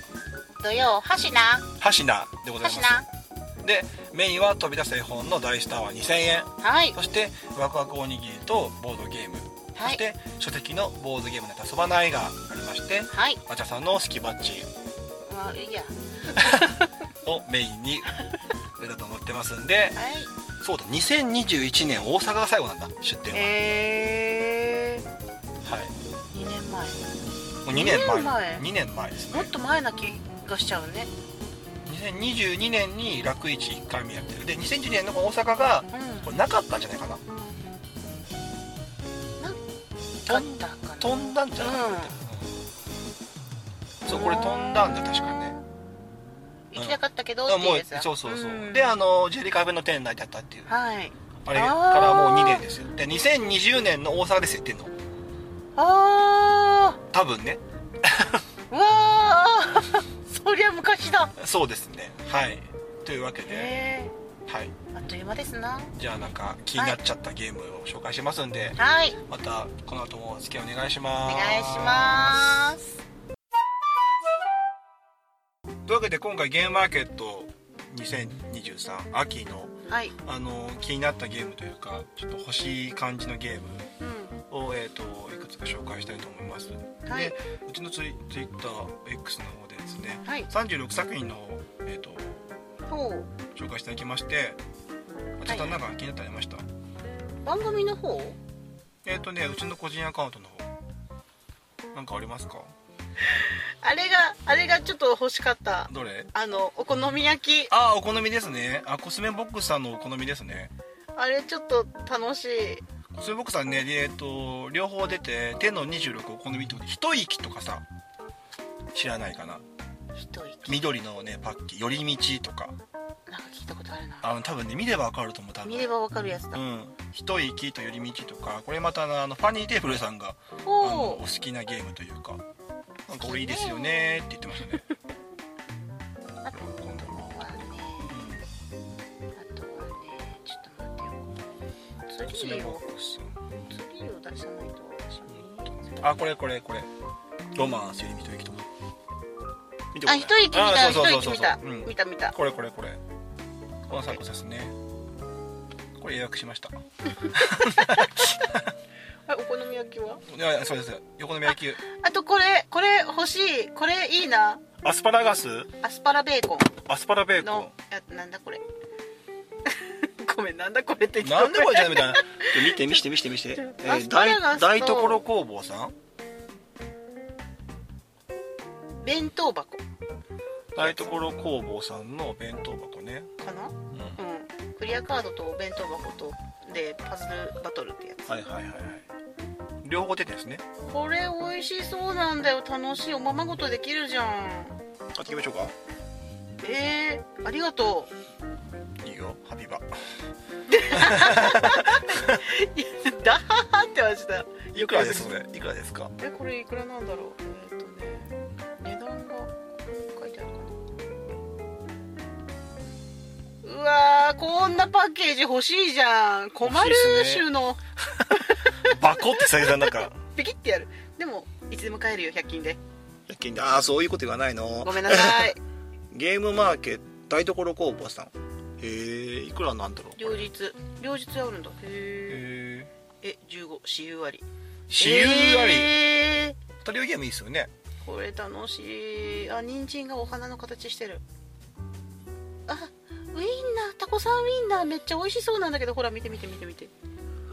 S1: 土曜はしな
S2: ハシナでござ
S1: はいし
S2: ま
S1: な
S2: す。で、メインは飛び出す絵本の大スターは2000円、
S1: はい
S2: そしてワクワクおにぎりとボードゲーム、そ
S1: は
S2: し
S1: い
S2: て書籍のボードゲームネタそばないがありまして、
S1: はい
S2: あちゃさんのスキバッチ
S1: まあいいや
S2: をメインに。売れたと思ってますん
S1: *laughs*
S2: で、
S1: はい
S2: そうだ、2021年大阪が最後なんだ出店は、
S1: え
S2: はい。
S1: ー、2年
S2: も
S1: 前
S2: う2年前
S1: 二年前
S2: 2年前ですね
S1: もっと前な気がしちゃうね
S2: 2022年に楽市1回目やってるで2012年のこの大阪がこれなかったんじゃないかな
S1: だったかな
S2: 飛んだんじゃなかった、うんそうこれ飛んだんだ確かにね
S1: 行きたかったけどっ
S2: あ
S1: てい
S2: も
S1: う
S2: う
S1: やつだ
S2: そうそうそう、
S1: ん
S2: であのジェリカフェの店内だったっていう
S1: はい
S2: あれからもう2年ですよで2020年の大阪ですよ言ってんの
S1: あ
S2: 多分ね
S1: ーうわー *laughs* そりゃ昔だ
S2: そうですねはいというわけで、
S1: え
S2: はい、
S1: ー、あっという間ですな
S2: じゃあなんか気になっちゃったゲームを紹介しますんで、
S1: はい
S2: またこの後もお付き合いお願いし
S1: お
S2: ます
S1: 願いします
S2: というわけで今回ゲームマーケット2023秋の
S1: はい、
S2: あの気になったゲームというかちょっと欲しい感じのゲーム
S1: うん、
S2: を、えー、といくつか紹介したいと思います、
S1: はい
S2: でうちのツイツイッター X の方でですね
S1: はい
S2: 36作品の方を、えー、と
S1: ほう
S2: 紹介していきましてあちょっとなんか気になったのありました、
S1: 番組の方
S2: えっ、とねうちの個人アカウントの方なんかありますか
S1: あれがあれがちょっと欲しかった
S2: どれ
S1: あのお好み焼き
S2: ああお好みですねあコスメボックスさんのお好みですね
S1: あれちょっと楽しい
S2: それ僕さんね、えっと両方出て手の26お好みってことで一息とかさ知らないかな
S1: 一息
S2: 緑のねパッキー寄り道とか
S1: なんか聞いたことあるな
S2: あの多分ね見ればわかると思う多分
S1: 見ればわかるやつ
S2: う
S1: だ、
S2: ん一息と寄り道とかこれまたなあのファニーテーブルさんがあのお
S1: ほ
S2: 好きなゲームというかなんかこれいいですよねって言ってましたね
S1: うあとはねあとはねちょっと待ってよ
S2: コス
S1: ツ
S2: メ
S1: リー
S2: ボ
S1: を
S2: ックス
S1: ツリーを出さないと私も見えない
S2: あこれこれこれロマンス寄り道行きとか見て
S1: あ一息見
S2: あ
S1: た
S2: ーそうそうそう
S1: 一息見
S2: そう
S1: た、
S2: うん
S1: 見た見た
S2: これこれこれこの3個ですねこれ予約しました
S1: あお好み焼きはい
S2: やいやそうです横の焼き
S1: あとこれこれ欲しいこれいいな
S2: アスパラガス
S1: アスパラベーコ
S2: アスパラベ
S1: ン
S2: ーコ
S1: のやなんだこれ *laughs* ごめんなんだこれって
S2: ンなんでこれじゃないみ *laughs* たいな見て見して見して見して、え
S1: ア
S2: ー、
S1: スパラガ
S2: 大
S1: スと
S2: 大所工房さん
S1: 弁当箱
S2: 大所工房さんの弁当箱ね、
S1: かな
S2: うん、
S1: うんクリアカードとお弁当箱とでパズルバトルってやつ
S2: はいはいはいはい両方出てるんですね
S1: これ美味しそうなんだよ楽しいおままごとできるじゃん
S2: 買ってきましょうか
S1: えー、ありがと
S2: いいよよハビバ
S1: いや
S2: *laughs*
S1: ダーってました
S2: いくらですそれいくらです *laughs* か
S1: えこれいくらなんだろうえっ、とね値段が書いてあるかなうわーこんなパッケージ欲しいじゃん困る
S2: 欲しいっすね
S1: 種の
S2: バコって最初なん *laughs* か
S1: ピキってやるでもいつでも買えるよ100均で
S2: ああそういうこと言わないの
S1: ごめんなさ
S2: *laughs*
S1: い
S2: ゲームマーケット台所工房さんへえいくらなんだろう
S1: 両日両日あるんだへ
S2: へえ
S1: ええ15私有割
S2: 私有あり、
S1: えー
S2: トリオゲームいいですよね
S1: これ楽しいあ人参がお花の形してるあウインナータコさんウインナーめっちゃ美味しそうなんだけどほら見て見て見て見て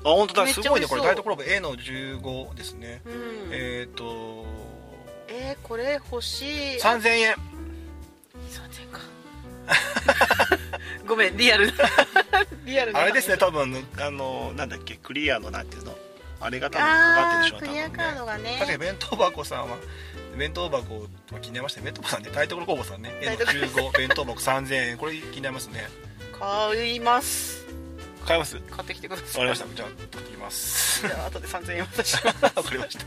S2: あ本当だ
S1: めっち
S2: す
S1: ゃ
S2: ごいねこれ
S1: 美
S2: 台
S1: 味しそ
S2: 所部 A の15ですね、
S1: うんえ
S2: えっ、ー、と
S1: ーこれ欲しい
S2: 3000円
S1: 3000か
S2: *laughs*
S1: ごめんリアルなリアルな
S2: あれですね多分あのなんだっけクリアのなんていうのあれが多分かかっ
S1: あ
S2: て
S1: ー
S2: るでしょ
S1: クリアカードがね
S2: 確かに弁当箱さんは弁当箱を気になりましたね弁当箱さんね台所工房さんね A の
S1: 台所
S2: 15弁当箱3000円これ気になりますね
S1: 買います
S2: 買いますわか
S1: 買ってきてください
S2: りましたじゃあ取ってきます
S1: じゃあ後で3000
S2: *laughs*
S1: 円渡します
S2: わかりました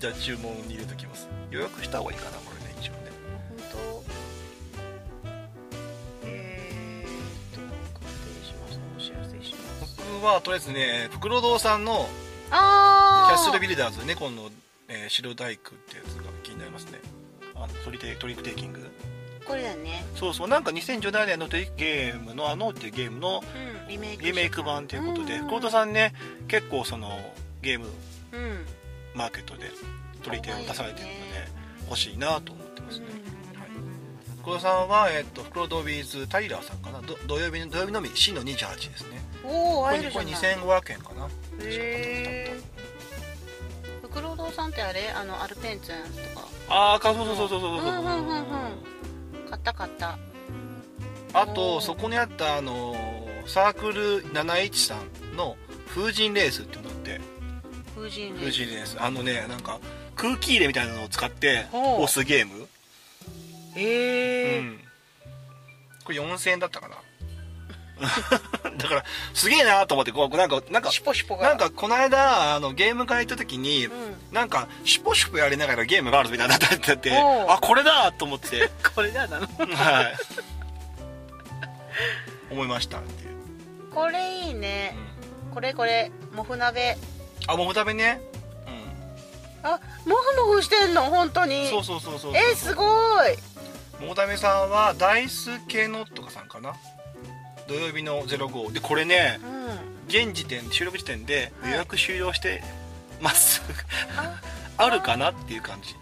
S2: じゃあ注文に入れときます予約した方がいいかなこれね一応ね
S1: 本当えー、っと確定しましたお知らせします
S2: 僕はとりあえずね袋堂さんの
S1: あ
S2: キャ
S1: あ
S2: ッスルビルダーズ猫の、えー白大工ってやつが気になりますねあのトリテトリックテイキング
S1: これだね、
S2: そうそうなんか2017年のトリックゲームの「あの」っていうゲームの
S1: うん、リメイク
S2: リメイク版ということで
S1: うん
S2: 福田さんね結構そのゲーム
S1: うん、うん
S2: マーケットで取り手を出されてるので欲しいなと思ってますね、はい、福田さんは、えっとフクロドビーズタイラーさんかなど土曜日の土曜日のみ C の28ですね
S1: おお
S2: こ
S1: 会
S2: れ
S1: えるじ
S2: こ
S1: ゃ
S2: れ
S1: ない
S2: 2500円かな
S1: へえフクロウドウさんってあれあのアルペンツェンとか
S2: ああそうそうそうそうそううそう、
S1: んうんうんうん買った買った
S2: あとそこにあったあのーサークル713の風神レースっていうのがあって
S1: 風神ね
S2: 風神レースあのねなんか空気入れみたいなのを使って
S1: ほう
S2: 押すゲーム
S1: へえ、
S2: うんこれ4000円だったかな *laughs* だからすげえなと思ってこうなんかなんか
S1: シュポシュポが
S2: なんかこの間あのゲーム会行った時に、
S1: うん
S2: なんかシュポシュポやりながらゲームがあるみたいなのだって
S1: おう
S2: あこれだと思って
S1: *laughs* これだなの
S2: はい思いましたっていう、
S1: これいいねこれこれモフ鍋
S2: あもう食べね、
S1: あモフモフしてんの本当
S2: う
S1: に
S2: ん、そうそうそうそう
S1: えーすごい
S2: 桃ためさんはダイス系のとかさんかな土曜日の05でこれね
S1: うん
S2: 現時点収録時点で
S1: は
S2: 予
S1: い
S2: 約終了してます、 *laughs*
S1: あ
S2: あるかなっていう感じ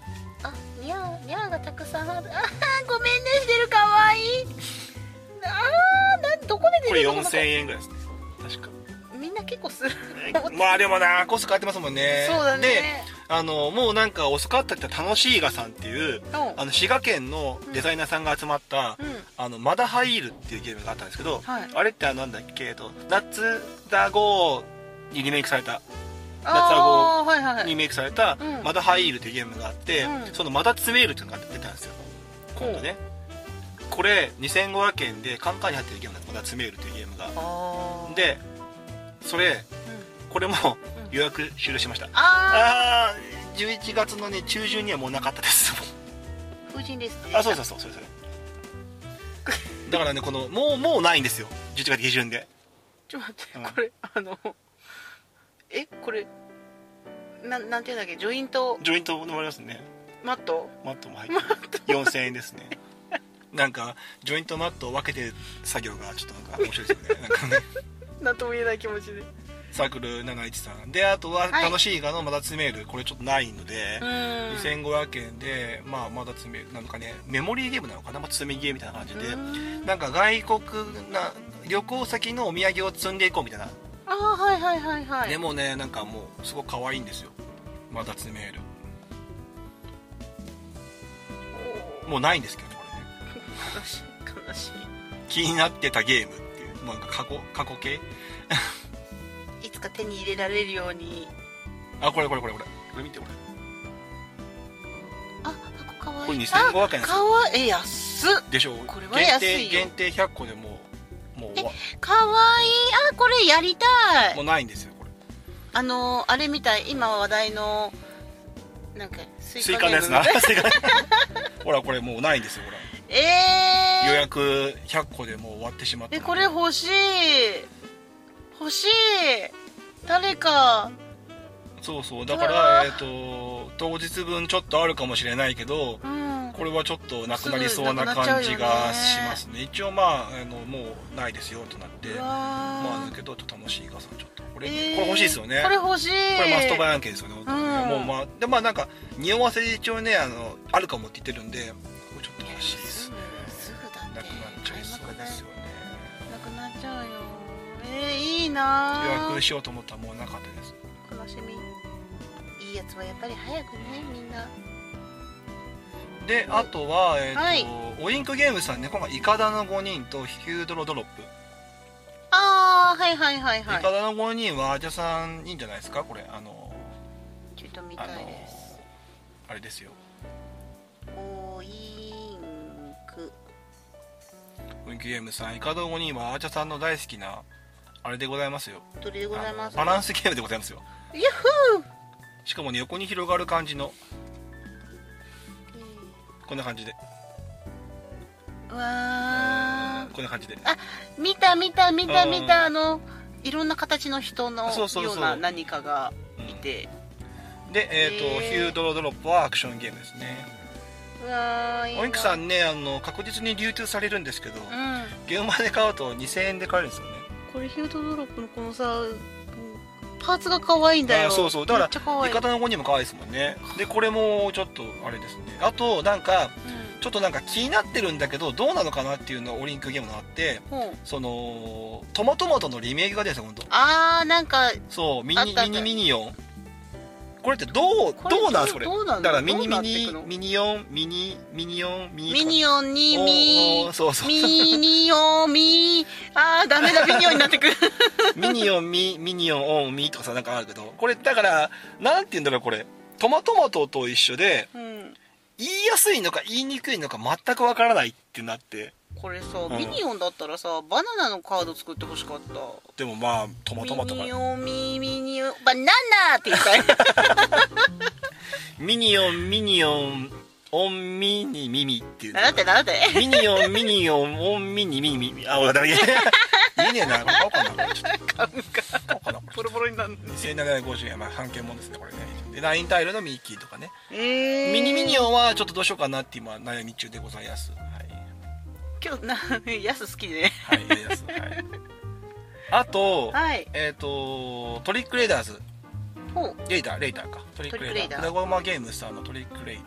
S1: あニャーニャーがたくさんあるあははごめんねしてるかわいいあーなどこ
S2: こ
S1: で出て
S2: れ
S1: るの
S2: 4000円ぐらいですね確か
S1: みんな結構する
S2: まあでもなコス変わってますもんね
S1: そうだ
S2: で
S1: ね
S2: あのもうなんか遅かったって楽しいがさんっていう
S1: うん
S2: あの滋賀県のデザイナーさんが集まった、
S1: うん
S2: あのマダハイールっていうゲームがあったんですけど、
S1: はい
S2: あれってあのなんだっけ、えっと、ナッツダゴーにリメイクされた
S1: あーはいはい
S2: リメイクされた
S1: うん
S2: マダハイールというゲームがあって、
S1: うん
S2: そのマダツメールというのが出たんですよ今度ねこれ2500円でカンカンに入ってるゲームなんですマダツメールというゲームが
S1: あー、
S2: でそれ
S1: うん
S2: これも
S1: うん
S2: 予約終了しました
S1: あ
S2: あー11月のね中旬にはもうなかったです
S1: ー風神ですね
S2: あそうそうそうそれそれだからねこのもうもうないんですよ11月下旬で
S1: ちょっと待って、
S2: うん
S1: これあのえこれなんなんていうんだっけジョイント
S2: ジョイントもありますね
S1: マット
S2: マットも入ってる4000円ですねなんかジョイントマットを分けて作業がちょっとなんか面白いです *laughs* よねなんかね
S1: なんとも言えない気持ちでう
S2: サークル713であとは
S1: はい
S2: 楽しいがのまだ詰めるこれちょっとないので、
S1: ーん
S2: 2500円で、まあ、まだ詰めるなんかねメモリーゲームなのかな、まあ、詰めゲームみたいな感じで、
S1: うーん
S2: なんか外国な旅行先のお土産を積んでいこうみたいな、
S1: あーはいはいはいはい
S2: でもねなんかもうすごく可愛いんですよまだ詰めるもうないんですけどねこれね
S1: 悲しい悲し
S2: 気になってたゲームっていうなんか過去過去形
S1: いいつか手に入れられるように
S2: あこれこれこれこれこれ見てこれ
S1: あ箱かわいい
S2: これ2500円です
S1: あかわいい安っ
S2: でしょ
S1: これは安いよ
S2: 限定限定100個でもうもう終わ
S1: かわいいあこれやりたい
S2: もうないんですよこれ
S1: あのあれみたい今話題のなんかス
S2: スイカのやつな
S1: *laughs*
S2: スイカほらこれもうないんですよほら
S1: え
S2: 予
S1: え
S2: 約100個でもう終わってしまった
S1: えこれ欲しい欲しい誰か
S2: そうそうだか
S1: うわ
S2: らえっ、と当日分ちょっとあるかもしれないけど
S1: うん
S2: これはちょっとなくなりそうな
S1: すぐなくなっちゃ
S2: 感
S1: うよ
S2: じ
S1: ね
S2: がしますね一応まああのもうないですよとなって
S1: う
S2: ま
S1: わ
S2: あ
S1: ー
S2: だけどちょっと楽しいかさちょっとこれ、
S1: えー
S2: これ欲しいですよね
S1: これ欲しい
S2: これマストバイ案件ですよね、
S1: ん
S2: もうまあでまあなんか匂わせ一応ねあのあるかもって言ってるんでこれちょっと欲しいですね
S1: すぐだって
S2: なくなっちゃいそうですよね
S1: なくなっちゃうよえー、いい
S2: 予
S1: なー
S2: 約しようと思ったらもうなかったです
S1: 楽しみいいやつはやっぱり早くねみんな
S2: であとは、えーと
S1: はい
S2: オインクゲームさんね今回イカダの5人とヒュードロドロップ、
S1: ああはいはいはいは
S2: イ
S1: い
S2: カダの5人はアジャさんいいんじゃないですかこれあの
S1: ちょっと見た
S2: あ
S1: い
S2: の
S1: です
S2: あれですよ
S1: おいんく
S2: ウンキゲームさんイカダの5人はアーチャさんの大好きなあれでございますよ
S1: どれでございます
S2: あのバラン
S1: ス
S2: スゲームでございますよ
S1: やっほ
S2: しかもね横に広がる感じの
S1: ー
S2: こんな感じで
S1: うわ
S2: こんな感じで
S1: ー見た見た見た
S2: うん
S1: 見たあのいろんな形の人の
S2: そうそう
S1: よ
S2: そうう
S1: な何かがいて
S2: でえっ、と、
S1: へー
S2: ヒュードロドロップはアクションゲームですね
S1: うわーいいな
S2: お肉さんねあの確実に流通されるんですけど、
S1: うん
S2: ゲームで買うと2000円で買えるんですよね
S1: これヒュートドロップのこのさパーツが可愛いんだよ
S2: あそうそうだから
S1: めっちゃ可
S2: 味
S1: 愛い
S2: 方の子にも可愛いですもんねでこれもちょっとあれですねあとなんかちょっとなんか気になってるんだけどどうなのかなっていうのはオリンクゲームのあって
S1: うんほう
S2: そのトマトマトのリメイクが出てるんですよ今
S1: あーなんか
S2: 度そうミ
S1: あっ
S2: ニ
S1: たあっ
S2: ミ
S1: た
S2: ニミニオンこれってどう
S1: これ
S2: どうなんですこれ
S1: どうな
S2: だ
S1: ん
S2: からミニミ
S1: どうなって
S2: ニ
S1: くの
S2: ミニオンミニミニオンミニ
S1: ミニオンにミ
S2: おーそうそう
S1: ミニオンミあー
S2: *laughs*
S1: ダメだミニオンになってくる
S2: ミニオンミミニオンオンミとかさなんかあるけどこれだからなんて言うんだろうこれトマトマトと一緒で
S1: うん
S2: 言いやすいのか言いにくいのか全くわからないってなって
S1: これさ
S2: ん
S1: ミニオンだったらさバナナのカード作ってほしかった
S2: でもまあトマ
S1: ミ
S2: トマトか
S1: ニオンミミニオンバナナって
S2: *laughs*
S1: 言いたい
S2: ミニオンミニオンオンミニミミっていう
S1: 習って習って
S2: ミニオンミニオンオンミニミミミあ俺だめ言えねえな買おうかなちょっと
S1: 買うか
S2: 買おうかなこ
S1: ボロボロになる
S2: れ2750円まあ半券もんですねこれねでラインタイルのミッキーとかね
S1: えー
S2: ミニミニ
S1: ン
S2: オンはちょっとどうしようかなって今悩み中でございますはい
S1: 今日なヤス好きね
S2: はい、家康はい、あと、
S1: はい
S2: えっ、と、トリックレーダーズ、
S1: ほう
S2: レイダー、レイダーか、トリックレ
S1: トリッ
S2: ー
S1: クレ
S2: ダ
S1: イダー
S2: ー、ラゴマゲームさんのトリックレイ、
S1: う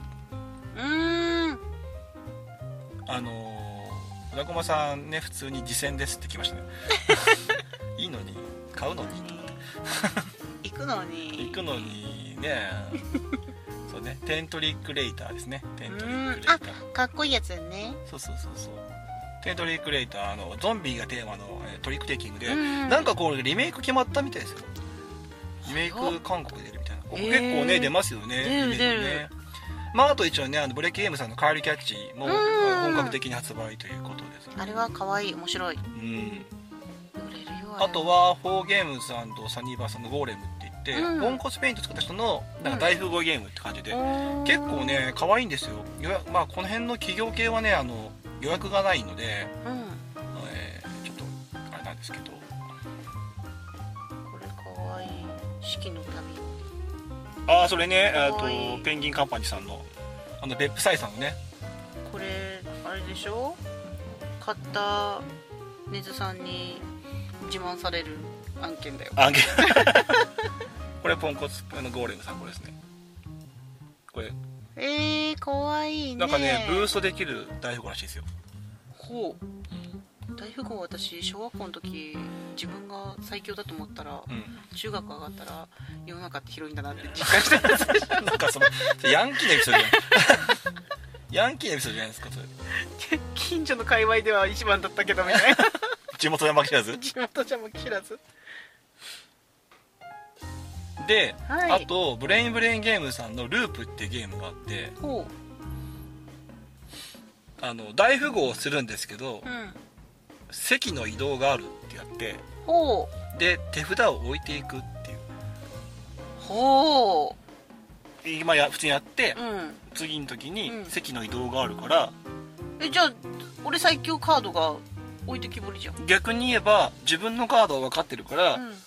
S1: ーん
S2: あのー、ラゴマさんね、普通に次戦ですって来ましたね。いいのに、買うのに、
S1: 行くのに
S2: 行くのに
S1: *laughs*
S2: ね、そうね、テントリックレイダーですね、テントリックレイダー
S1: う。かっこいいやつだね
S2: そうそうそうそう。テントリックレイダー、あの、ゾンビがテーマのえートリックテイキングで、
S1: うん
S2: なんかこうリメイク決まったみたいですよリメイク韓国で出るみたいな、ここ結構
S1: へ
S2: ね
S1: ー
S2: 出ますよね
S1: 出る
S2: リメイクね
S1: 出る
S2: まああと一応ねあのブレーキゲームさんの「カールキャッチ」も
S1: うん
S2: 本格的に発売ということですね
S1: あれは可愛い面白い
S2: うん、
S1: 売れるよ
S2: あと
S1: は
S2: はフォーゲームさんとサニーバーさんの「ゴーレム」って言って、
S1: うん
S2: ボンコスペイント作った人のなんか大富豪ゲームって感じで、結
S1: 結
S2: 構ね可愛いんですよ予約まあこの辺の企業系はねあの予約がないので、
S1: うん
S2: えーちょっとあれなんですけど
S1: これ可愛い四季の旅
S2: ああそれねえー
S1: かわいい
S2: とペンギンカンパニーさんのあの別府サイさんのね
S1: これあれでしょ買った根津さんに自慢される案件だよ
S2: あげ *laughs* これポンコツあのゴーレムさんこれですねこれ
S1: えー、可愛いね
S2: なんかねブーストできる大富豪らしいですよ
S1: ほう大富豪私小学校の時自分が最強だと思ったら、
S2: うん
S1: 中学上がったら世の中って広いんだなって実感した
S2: なんかそのそれヤンキーのエピソードじゃない *laughs* ヤンキーのエピソードじゃないですかそれ
S1: *laughs* 近所の界隈では一番だったけどみたい *laughs* な
S2: 地元山知らず
S1: 地元じゃもう知らず
S2: で、
S1: はい
S2: あとブレインブレインゲームさんの「ループ」ってゲームがあって
S1: ほ
S2: あの大富豪をするんですけど
S1: ううん
S2: 席の移動があるってやって
S1: ほ
S2: で手札を置いていくっていう
S1: うほ
S2: 今や普通にやって
S1: ううん
S2: 次の時に
S1: うん
S2: 席の移動があるから
S1: えじゃあ俺最強カードが置いてきぼりじゃん、
S2: 逆に言えば自分のカードは分かってるから、
S1: うん、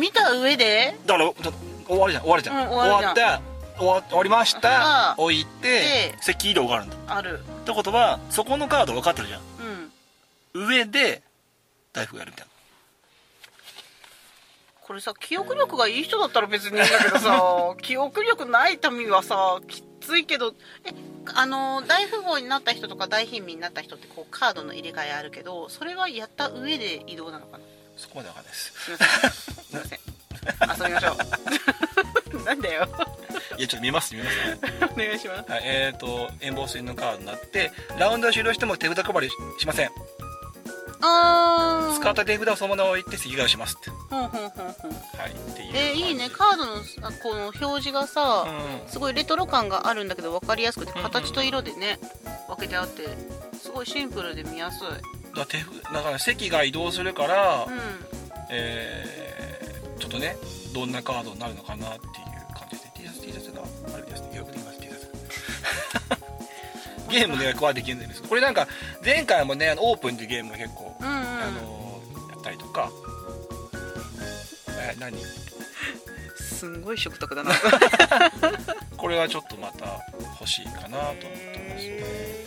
S1: 見た上で
S2: だからだ終わるじゃん終わるじゃん,、
S1: うん終わるじゃん
S2: 終わって終わ終わりました
S1: あ
S2: 置いて
S1: で
S2: 席移動があるんだ
S1: ある
S2: ってことはそこのカード分かってるじゃん
S1: うん
S2: 上で大福がやるみたいな
S1: これさ記憶力がいい人だったら別にいいんだけど *laughs* さ記憶力ない民はさきついけどえあの大富豪になった人とか大貧民になった人ってこうカードの入れ替えあるけどそれはやった上で移動なのかな
S2: そこまで分かんないです
S1: すいませんすいません遊びましょ *laughs* うなんだよ
S2: いやちょっと見ます見ます
S1: お願いします
S2: はい、えー、と遠防水のカードになってラウンドが終了しても手札配りししません
S1: あー
S2: 使った手札をそのまま置いて席替えをしますって、
S1: ほんほんほんほん
S2: はい、っていう
S1: えーいいね
S2: 感
S1: カードのあこの表示がさ、
S2: じ
S1: すごいレトロ感があるんだけど分かりやすくて
S2: うんうん
S1: 形と色でね分けてあってすごいシンプルで見やすい
S2: うん、だ手札だから席が移動するから、
S1: う
S2: えーちょっとねどんなカードになるのかなっていう感じで T シャツ T シャツがあれですねよくできます T シャ
S1: *laughs*
S2: ツゲームの予約はできるんですこれなんか前回もねあのオープンっていうゲームが結構、
S1: んうんうん
S2: あのやったりとか、えー何
S1: すんごい食卓だな
S2: これはちょっとまた欲しいかなと思ってますね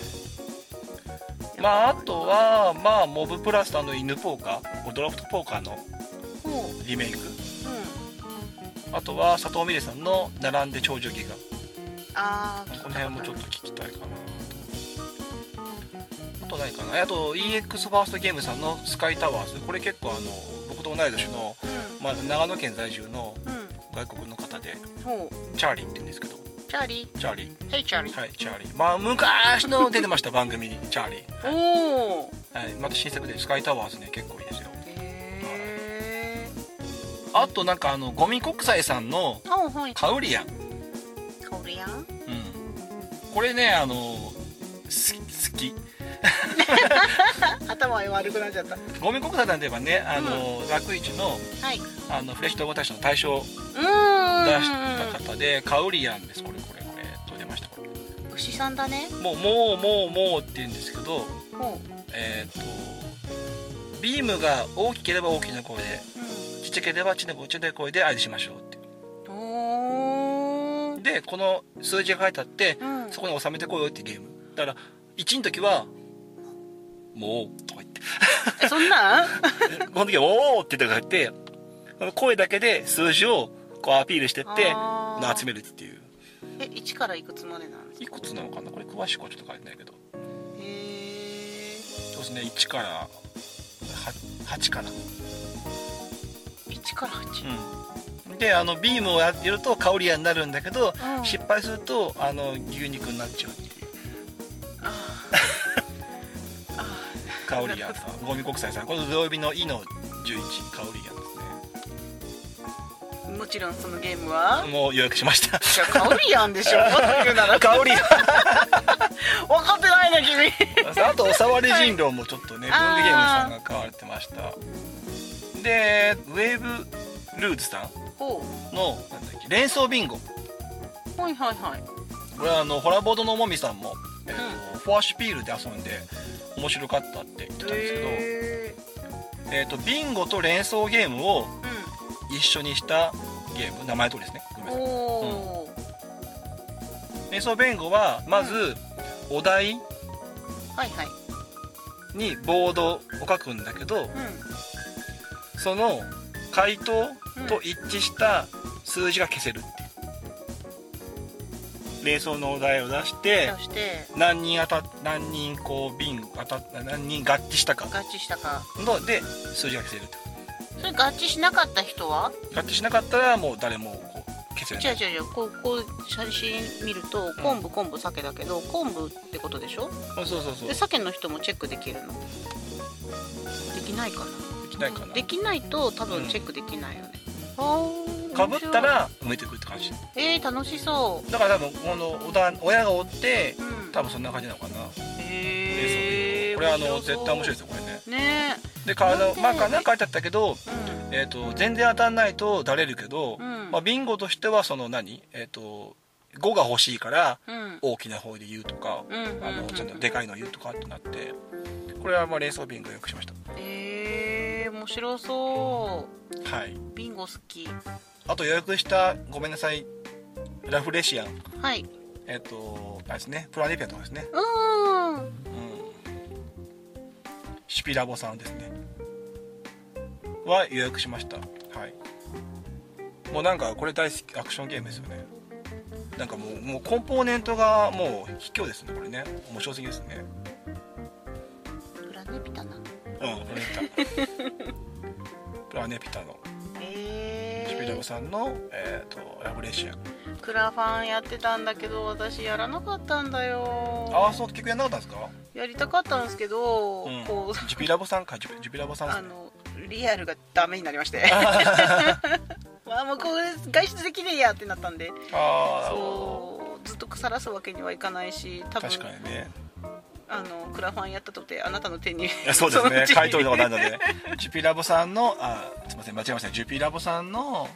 S2: まああとはまあモブプラスとあの犬ポーカードラフトポーカーの
S1: ほう
S2: リメイク
S1: うん
S2: あとは佐藤美玲さんの「並んで頂上ギガ」
S1: あ
S2: こ
S1: ー
S2: の辺もちょっと聞きたいかなあとないかなあと EX ファーストゲームさんの「スカイタワーズ」これ結構あの僕と同い年の、まあ、長野県在住の
S1: うん
S2: 外国の方で
S1: うんほ
S2: チャーリーって言うんですけど
S1: うチャーリ
S2: チャーリー
S1: ーヘイチャーリー
S2: はいチャーリーまあ昔の出てました番組にチャーリー
S1: おお
S2: はい、また新作でスカイタワーズね結構いいですよ
S1: へえ
S2: あとなんかあのゴミ国際さんの
S1: あはい
S2: カウリアン、
S1: 香りやん
S2: これねあのす好き
S1: 頭悪くなっちゃった
S2: ゴミ国際さんといえばねあの、楽市の
S1: はい
S2: あのフレッシュ統合大賞の大賞を
S1: うー
S2: 出
S1: ん
S2: した方で、カウリアンですこれこれこれと出ましたこれ
S1: 牛さんだね
S2: もうもうもうもうって言うんですけど
S1: ほう
S2: えっ、とビームが大きければ大きな声でちっちゃければちっちゃい声で合図しましょうって
S1: うんおー
S2: でこの数字が書いてあって
S1: うん
S2: そこに収めてこいよっていうゲームだから1の時は「もう」とか言って *laughs*
S1: えそんなん
S2: この時は「おー」って言ってこの声だけで数字をこうアピールしてって
S1: あー
S2: 集めるっていう
S1: え一からいくつまでなんです
S2: いくつなのかなこれ詳しくはちょっと書いてないけど
S1: かへ
S2: そうですね1から8かな
S1: え1から8
S2: うんであのビームをやると香り屋になるんだけど、
S1: うん
S2: 失敗するとあの牛肉になっちゃうっていう
S1: あーあ
S2: 香り屋
S1: *laughs*
S2: さんゴミ国際さんこの土曜日の「イの11香り屋ですね
S1: ーもちろんそのゲームは
S2: もう予約しました。 *laughs*
S1: じゃあカオリアンでしょもっと言うなら
S2: 香り。
S1: 分かってないな
S2: *laughs*
S1: 君
S2: あとおさわり人狼もちょっとね、文具ゲームさんが買われてました。で、ウェーブルーズさ
S1: ほ
S2: んのなんだっけ連想ビンゴ。
S1: うはいはいはい
S2: これはあのホラボードのもみさんも、えーとフォアシュピールで遊んで面白かったって言ってたんですけど、え
S1: へえ
S2: っ、とビンゴと連想ゲームを
S1: う
S2: 一緒にしたゲーム、名前通りですね。ごめん
S1: ん
S2: なさい。
S1: おー
S2: 連想ビンゴはまずお題
S1: はいはい
S2: にボードを書くんだけど。
S1: う
S2: その回答と一致した数字が消せるっていう連想のお題を出し
S1: ん
S2: て
S1: そして
S2: 何人当た何人こうビン当たった何人合致したか
S1: 合致したか
S2: ので数字が消せると
S1: それ合致しなかった人は
S2: 合致しなかったらもう誰もこう消せ
S1: 違
S2: な
S1: う
S2: い
S1: 違う違うこうこう写真見ると昆布昆布鮭だけど昆布ってことでしょ
S2: そうそうそう
S1: で
S2: で
S1: 鮭の人もチェックできるのできないかな
S2: きないかな
S1: できないと多分チェックできないよね、ああ
S2: かぶったら埋めてくるって感じ
S1: えー、楽しそ
S2: だから多分このおだ親がおって
S1: う、うん、
S2: 多分そんな感じなのかな
S1: へええ
S2: これあ
S1: 面白
S2: の
S1: そう
S2: 絶対面白いですよこれね
S1: ね
S2: でかあの
S1: なんで
S2: まあかなんか書いてあったけど、
S1: えうん
S2: えー、と全然当たんないとだれるけど、
S1: うん
S2: まあ、ビンゴとしてはその何、えー、と5が欲しいから
S1: うん
S2: 大きな方で言うとか、
S1: うんうん
S2: あのちょっとでかいの言うとかってなってこれはまあ連想ビンゴよくしました
S1: えー、面白そ
S2: はい、
S1: うビンゴ好き
S2: あと予約したごめんなさいラフレシアン
S1: はい
S2: えっ、とあれですねプラネピアとかですね、
S1: うーん
S2: うん、シュピラボさんですねは予約しましたはいもうなんかこれ大好きアクションゲームですよねなんかもうもうコンポーネントがもう卑怯ですねこれね面白すぎですね
S1: プラネピタな
S2: うんプラネピタプラネピタの
S1: え
S2: シュピラボ
S1: ー、
S2: さんの、えっとラフレシアン
S1: クラファンやってたんだけど私やらなかったんだよ
S2: ああそう結局やんなかったんですか
S1: やりたかったんですけど、
S2: うん
S1: こ
S2: *laughs*
S1: う
S2: ジュピラボさんかジュピジュピラボさんです
S1: あ
S2: ね
S1: のリアルがダメになりまして
S2: *laughs*
S1: まあもうこれ外出できねえやってなったんで
S2: ああ
S1: そうずっと腐らすわけにはいかないし多分
S2: 確かにね
S1: あのクラファンやったとてあなたの手に
S2: いやそうです
S1: のう *laughs*
S2: ね
S1: ちに
S2: 回答とかないのでジュピラボさんのあすみません間違えましたジュピラボさんの、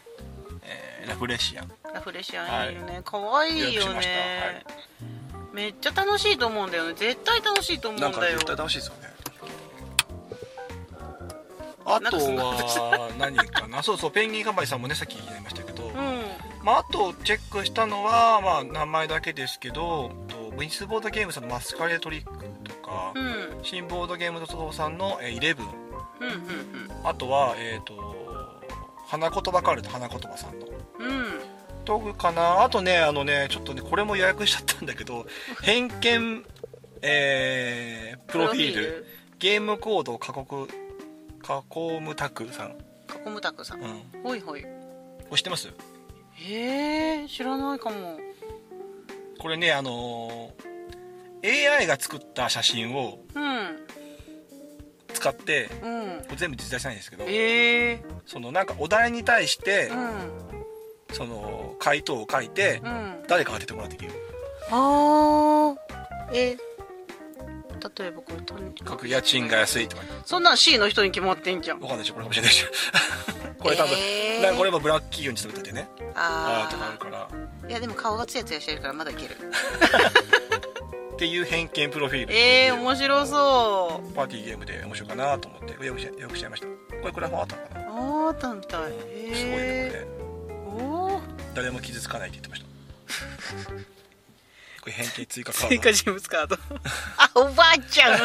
S2: えーラフレシアン
S1: ラフレシアンいいよね可愛、い、
S2: 予約し
S1: よ
S2: まし
S1: ね
S2: たはい、
S1: めっちゃ楽しいと思うんだよね絶対楽しいと思うんだ
S2: なん
S1: よ
S2: か絶対楽しいですよねあとは何かなそうそうペンギンカンパニーさんもねさっき言いましたけど、まあ、あとチェックしたのは、まあ、名前だけですけどとウィンスボードゲームさんのマスカレートリックとか、
S1: うんうん
S2: 新ボードゲームドットコムさんの、えー、11
S1: うん
S2: あとはえっ、と花言葉カルト花言葉さんの
S1: うんうんうん
S2: トグかなあとねあのねちょっとねこれも予約しちゃったんだけ
S1: *laughs*
S2: ど偏見えープロフィールゲームコードを過酷加工むたくさん、
S1: プロフィール囲むたくさん、
S2: うん、
S1: ほいほい
S2: これ知ってます
S1: へえ知らないかも
S2: これねあのー AI が作った写真を
S1: うん
S2: 使って
S1: うん
S2: これ全部実在しないんですけど
S1: ええ
S2: そのなんかお題に対して
S1: うん
S2: その回答を書いて
S1: うん
S2: 誰か当ててもらっていい
S1: ああえ例えばこれとに
S2: 各家賃が安いとか
S1: そんなん C の人に決まってんじゃん
S2: わかんないでしょこれかもしれないでしょ *laughs* これ多分、
S1: えー
S2: なんかこれもブラック企業に勤めててねあーとかある
S1: あ
S2: から
S1: あいやでも顔がツヤツヤしてるからまだい
S2: *laughs*
S1: ける
S2: っていう偏見プロフィール
S1: ええー、面白そ
S2: パーティーゲームで面白いかなと思ってよくしよくしちゃいましたこれクラファンあったのかな
S1: うあったみたい
S2: すごいねこ
S1: へ
S2: れね
S1: えお
S2: *laughs*
S1: お
S2: 誰も傷つかないって言ってました
S1: *laughs*
S2: これ偏見追加カード
S1: 追加人物カード *laughs* あおばあちゃん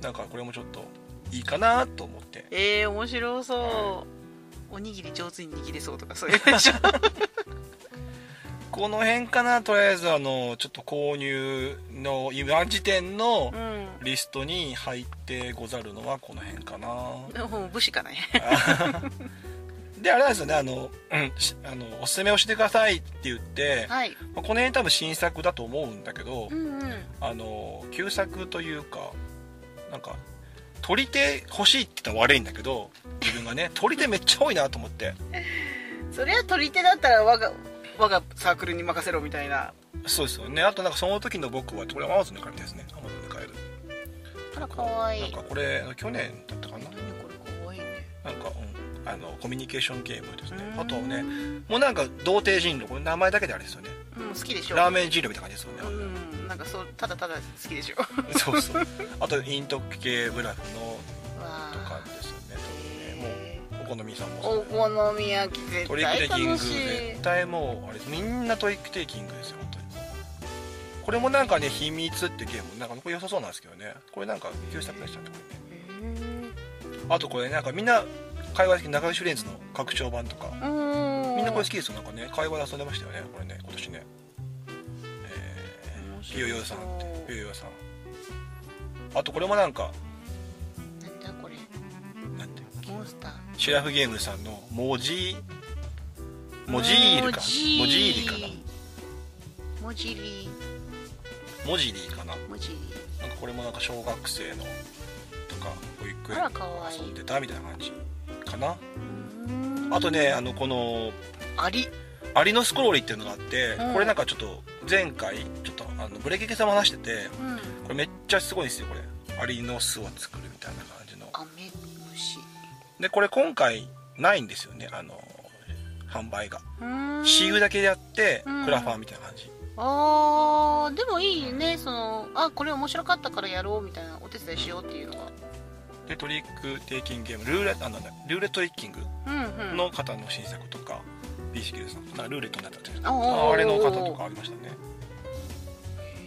S2: なんかこれもちょっといいかなと思って
S1: ええー、面白そうおにぎり上手に握れそうとかそういうでしょ
S2: この辺かなとりあえずあのちょっと購入の今時点の
S1: うん
S2: リストに入ってござるのはこの辺かな
S1: *laughs* でももう武士かね
S2: であれなんですよねあの、うん、しあのおすすめをしてくださいって言って、まあ
S1: はい
S2: この辺多分新作だと思うんだけど、
S1: うんうん
S2: あの旧作というかなんか取り手欲しいって言ったら悪いんだけど自分が
S1: *laughs*
S2: ね取り手めっちゃ多いなと思って
S1: それは取り手だったら我が我がサークルに任せろみたいな
S2: そうですよねあとなんかその時の僕はこれアマゾンで買えるみたいですねアマゾンで買える
S1: あらかわい
S2: なん
S1: い
S2: かこれ去年だったかな
S1: 何これかわいいね
S2: なんか、うん、あのコミュニケーションゲームですね
S1: うん
S2: あとねもうなんか童貞人狼これ名前だけであれですよね
S1: うん好きでしょ
S2: ラーメン人狼みたいな感じですよね、 *laughs*
S1: うんなんかそうただただ好きでしょ
S2: そうそうあとイント系ブラフの
S1: わ
S2: とかですよね
S1: へ
S2: 多分ねもうお好みさんも
S1: お
S2: そうね
S1: 好み焼き絶
S2: トリック
S1: 対
S2: テイキング
S1: 楽しい
S2: 絶対もうあれみんなトリックテイキングですよ本当にこれもなんかね「秘密」ってゲームなんかこれ良さそうなんですけどねこれなんか旧作でしたねこれねあとこれなんかみんな会話好き仲良しフレンズの拡張版とか
S1: うん
S2: みんなこれ好きですよなんかね会話で遊んでましたよねこれね今年ねえ
S1: 面
S2: ー、
S1: 白そう
S2: ゆうようさんってゆうようさんあとこれもなんか
S1: なんだこれ
S2: なんて
S1: モンスター
S2: シラフゲームさんの文字文字入りか文字入りかな
S1: モジリ
S2: 文字入りかな
S1: モジリ
S2: なんかこれもなんか小学生のとか保育
S1: あ
S2: 園
S1: らかわいい
S2: 遊んでたみたいな感じかな
S1: うん
S2: あとねあのこの
S1: アリ
S2: アリのスクローリっていうのがあって、
S1: うん
S2: これなんかちょっと前回ちょっとあのあのブレケケさんも話してて
S1: うん
S2: これめっちゃすごいんですよこれアリの巣を作るみたいな感じの
S1: アメムシ
S2: でこれ今回ないんですよねあの販売が
S1: うーん
S2: 私有だけでやって
S1: うん
S2: クラファンみたいな感じ
S1: あーでもいいねそのあこれ面白かったからやろうみたいなお手伝いしようっていうのが
S2: でトリックテイキングゲームルーレあなんだルーレットトリッキング
S1: うんうん
S2: の方の新作とか BCQ さんなルーレットになったっていう
S1: おーおーおー
S2: ああれの方とかありましたね、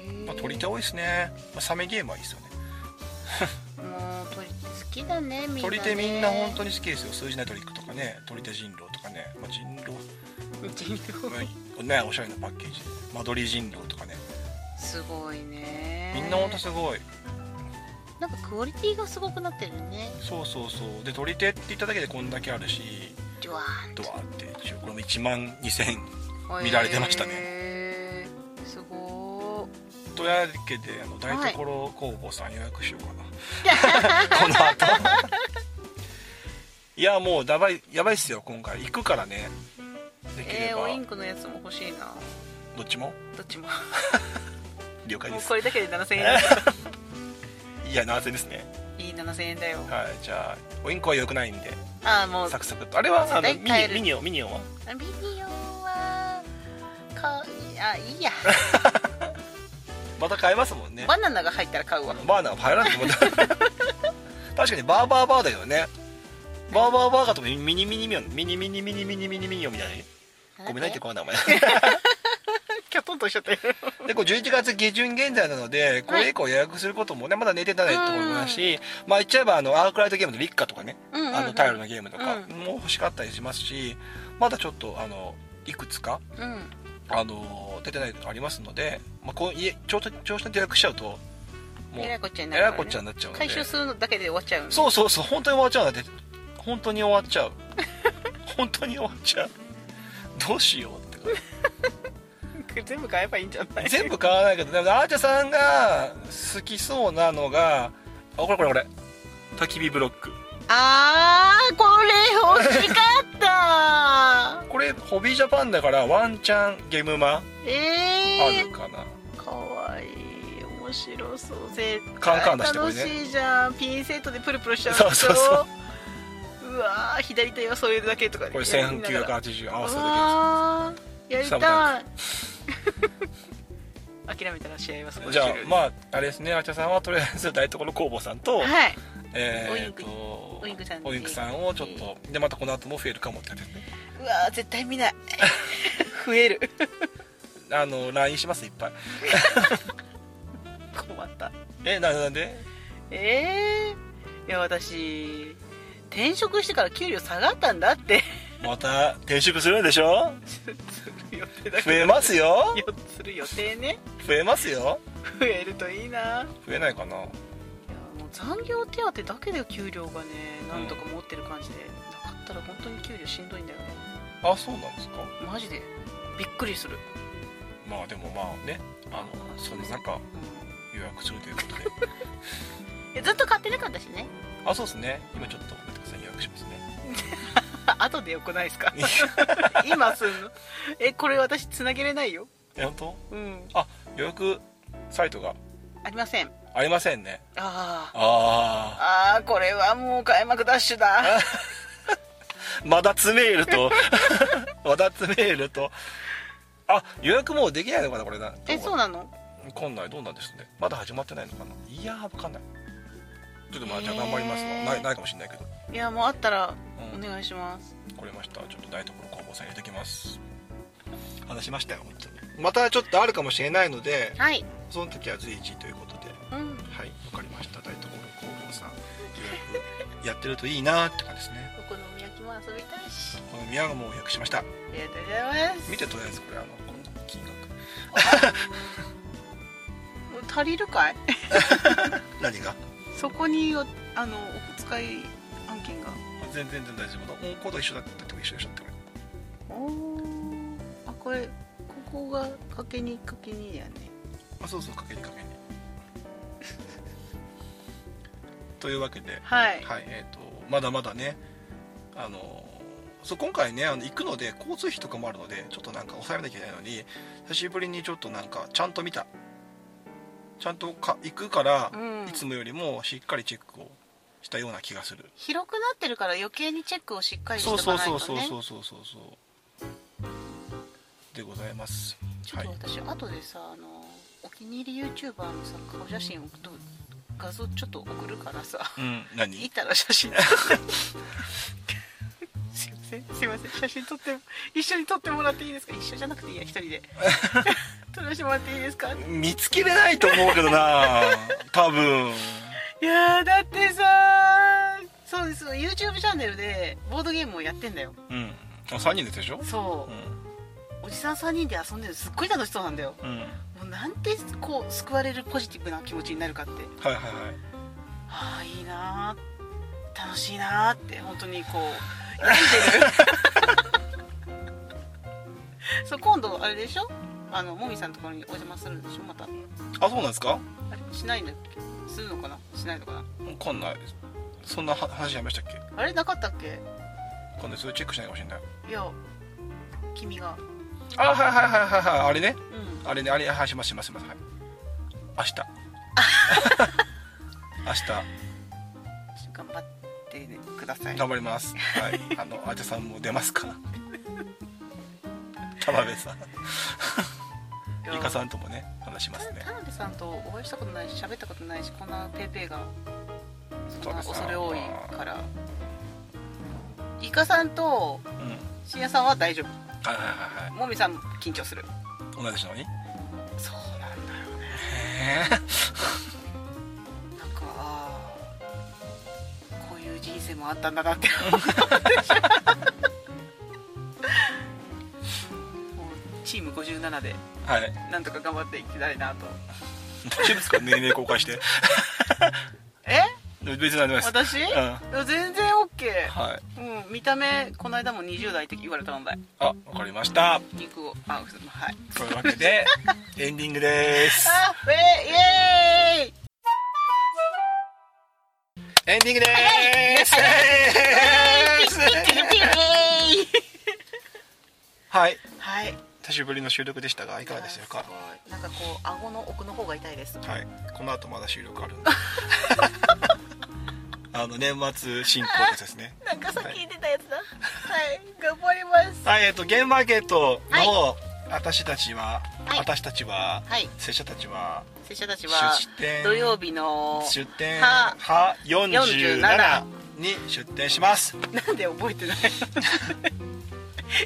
S1: へー
S2: まあ、鳥って多いですね、まあ、サメゲームはいいですよね
S1: もう鳥って好きだねみんなね
S2: 鳥手みんな本当に好きですよ数字ないトリックとかね鳥手人狼とかね、まあ、人狼
S1: 人狼
S2: うんねおしゃれなパッケージ間取り人狼とかね
S1: *laughs* すごいね
S2: みんな本当すごい
S1: なんかクオリティがすごくなってるね
S2: そうそうそうで鳥手って言っただけでこんだけあるし
S1: ジュワーン
S2: ド
S1: と
S2: アって一応これも1万2000見られてましたね
S1: へーすごー
S2: というわけであの台所工房さん予約しようかな、この後いやもうやばいやばいっすよ今回行くからねでき
S1: え
S2: れ
S1: ー、
S2: ば、
S1: おインクのやつも欲しいな
S2: どっちも
S1: どっちも
S2: 了解
S1: も
S2: で
S1: う
S2: す
S1: これだけで7000
S2: *laughs*
S1: 円だ
S2: いや7000ですね
S1: いい7000円だよ
S2: はいじゃあおインコはよくないんで
S1: ああもう
S2: サクサクとあれはあの
S1: 絶対
S2: ミ
S1: 買え
S2: ニ
S1: る
S2: ミニオンミニオンは
S1: あビデオはかあいいや
S2: また買えますもんね
S1: バナナが入ったら買うわ
S2: バーナーは入らなくても確かにバーバーバーだよねバーバーバーガーとかミニミニミニオンミニミニミニミニミニミニオンみたいなごめんないってこの名前
S1: キャトンとしちゃったよ
S2: でこう11月下旬現在なのでこれ以降予約することもねまだ寝てないところもあるし、まあ言っちゃえばあのアークライトゲームのリッカとかね、
S1: うんうんうん
S2: あのタイルのゲームとか
S1: う
S2: も欲しかったりしますしまだちょっとあのいくつか
S1: うん
S2: あの出てないのがありますので、まあ、こういえ調子調子に予約しちゃうともう
S1: えらいこっちゃにな
S2: え
S1: る
S2: い
S1: かららね
S2: こっちゃになっちゃうので
S1: 回収するのだけで終わっちゃうの
S2: そうそうそう本当に終わっちゃうんだって本当に終わっちゃう本当に終わっちゃうどうしようって
S1: 全部買えばいいんじゃな
S2: *laughs*
S1: い
S2: 全部買わないけどでもアーチャさんが好きそうなのがあこれこれこれ焚き火ブロック
S1: あーこれ欲しかった
S2: これホビージャパンだからワンチャンゲームマあ
S1: え
S2: るかな、
S1: ー、かわいい面白そう絶対
S2: カンカン出してこれ
S1: 楽
S2: ね
S1: しいじゃんピンセットでプルプルしちゃう
S2: そうそうそう
S1: うわー左手はそれだけとか
S2: これ
S1: やりながら
S2: 1980合わせるだけです
S1: あーやり
S2: スタ
S1: たい *laughs* 諦めたら試合はそこで
S2: じゃあ
S1: 終了
S2: まああれですねあちゃさんはとりあえず台所工房さんと、
S1: はい
S2: え
S1: お
S2: ー
S1: インク
S2: と
S1: おインクさん
S2: おインクさんをちょっとでまたこの後も増えるかもって感じですね
S1: うわー絶対見ない増える
S2: あの LINE しますいっぱい
S1: 困った
S2: えななんで
S1: ええいや私転職してから給料下がったんだって *laughs*
S2: また転職するんでしょ
S1: する予定だ
S2: 増
S1: け
S2: えますよ
S1: どよ *laughs* する予定ね
S2: 増えますよ
S1: 増えるといいないや
S2: 増えないかな
S1: もう残業手当だけで給料がねなんとか持ってる感じで、なかったら本当に給料しんどいんだよね
S2: あそうなんですか
S1: マジでびっくりする、
S2: まあでもまあねあのそのなんか
S1: う
S2: 予約するということで
S1: んいや、ずっと買ってなかったしね *laughs*
S2: あそうですね今ちょっと待ってください予約しますね
S1: あ後でよくないですか *laughs* 今すんのえこれ私つなげれないよ
S2: え本当
S1: うん
S2: あ予約サイトが
S1: ありません
S2: ありませんね
S1: あー
S2: あ
S1: あーこれはもう開幕ダッシュだ
S2: あまだ詰めると *laughs* まだ詰めるとあ予約もうできないのかなこれな
S1: えそうなの
S2: 今内どうなんですねまだ始まってないのかないやーわかんないちょっとまあじゃあ頑張りますわ
S1: へー
S2: ないないかもしれないけど、
S1: いやもうあったら
S2: う
S1: お
S2: ん、
S1: 願いします、
S2: 来れましたちょっと台所工房さん入れてきます話しましたよ本当にまたちょっとあるかもしれないので
S1: はい
S2: その時は随時ということで
S1: うん
S2: はいわかりました台所工房さん予約やってるといいなって感じですね
S1: お好み焼きも遊びたいし
S2: この宮がもう予約しました
S1: ありがとうございます
S2: 見てとりあえずこれあのこの金額
S1: もう足りるかい
S2: 何が
S1: そこにおあのお使い案件が
S2: 全然全然大丈夫だもうコード一緒だったっても一緒でしょってこれ
S1: おーあこれここがかけにかけにやね
S2: あそうそうかけにかけに *laughs* というわけで、
S1: はい
S2: はいえー、とまだまだねあのそう今回ねあの行くので交通費とかもあるのでちょっとなんか抑えなきゃいけないのに久しぶりにちょっとなんかちゃんと見たちゃんとか行くから、
S1: うん
S2: いつもよりもしっかりチェックをしたような気がする、
S1: 広くなってるから余計にチェックをしっかりして
S2: そ
S1: お
S2: うそ
S1: か
S2: う
S1: ないと
S2: そ
S1: ね
S2: うそうそうそうそうでございます
S1: ちょ
S2: は
S1: っ
S2: い
S1: と私、後でさあのお気に入り YouTuber のさ顔写真をどう画像ちょっと送るからさ
S2: うん
S1: い
S2: 何
S1: たら写真撮って *laughs* すいませんすいません写真撮っても一緒に撮ってもらっていいですか一緒じゃなくていいや一人
S2: *laughs*
S1: で撮らせてもらっていいですか
S2: 見つけれないと思うけどな *laughs* 多分
S1: いやーだってさーそうです YouTube チャンネルでボードゲームをやってんだよ
S2: うんあ3人ででしょ
S1: そううおじさん3人で遊んでるのすっごい楽しそうなんだよ
S2: ん、うん、はい
S1: もうなんてこう救われるポジティブな気持ちになるかって
S2: はいはい
S1: ああいいなー楽しいなーって本当にこう読んでる *laughs* そう今度あれでしょあのもみさんのところにお邪魔するんでしょまたあ
S2: あそうなんですか
S1: れしないんだっけするのかなしないのかな
S2: わかんないそんなは話やめましたっけわ
S1: あれなかったっけ
S2: かんないそれチェックしないかもしれない
S1: いや君が
S2: あはいはいはいはいはいあれね
S1: うん
S2: あれねあれはいしますしますしますはい明日明
S1: 頑張って、ね、ください
S2: 日頑張りますはいあのあちゃさんも出ますか *laughs* 田辺さん
S1: いや
S2: イカさんともね話します
S1: た
S2: ね
S1: 田辺さんとお会いしたことないし喋ったことないしこんなペーペーがそんな
S2: 田辺さん
S1: 恐れ多いからイカさんと
S2: うんはい
S1: 深夜さんは大丈夫
S2: はいはいはい
S1: もみさんも緊張する
S2: 同じなのにへ *laughs*
S1: そうなんだよね
S2: え
S1: なんかあーこういう人生もあったんだ *laughs* なって思ってしまうもうチーム57で
S2: はい
S1: なんとか頑張っていきたいなと
S2: 大丈夫ですか年齢公開して
S1: *laughs* え
S2: 別に何でもないです
S1: 私
S2: うんは
S1: 全然 OK
S2: い
S1: うん、見た目この間も20代って言われたもんばい
S2: あわかりました
S1: 肉をあ嘘はい
S2: というわけでエンディングです
S1: あえイエーイ
S2: エンディングでーすはい
S1: はい
S2: 久しぶりの収録でしたがいかがでしたか
S1: ごいなんかこう顎の奥の方が痛いです
S2: はいこの後まだ収録あるん *laughs* であの年末進行のやつですね
S1: なんかさっき言ってたやつだはい頑張ります
S2: はいえっとゲームマーケットの方、私たちは、
S1: はい
S2: 私たちは
S1: はい
S2: 拙者たちは
S1: 拙者たちは
S2: 出店
S1: 土曜日の
S2: 出店
S1: は
S2: は47
S1: 47
S2: に出店します
S1: なんで覚
S2: *laughs*
S1: えてないの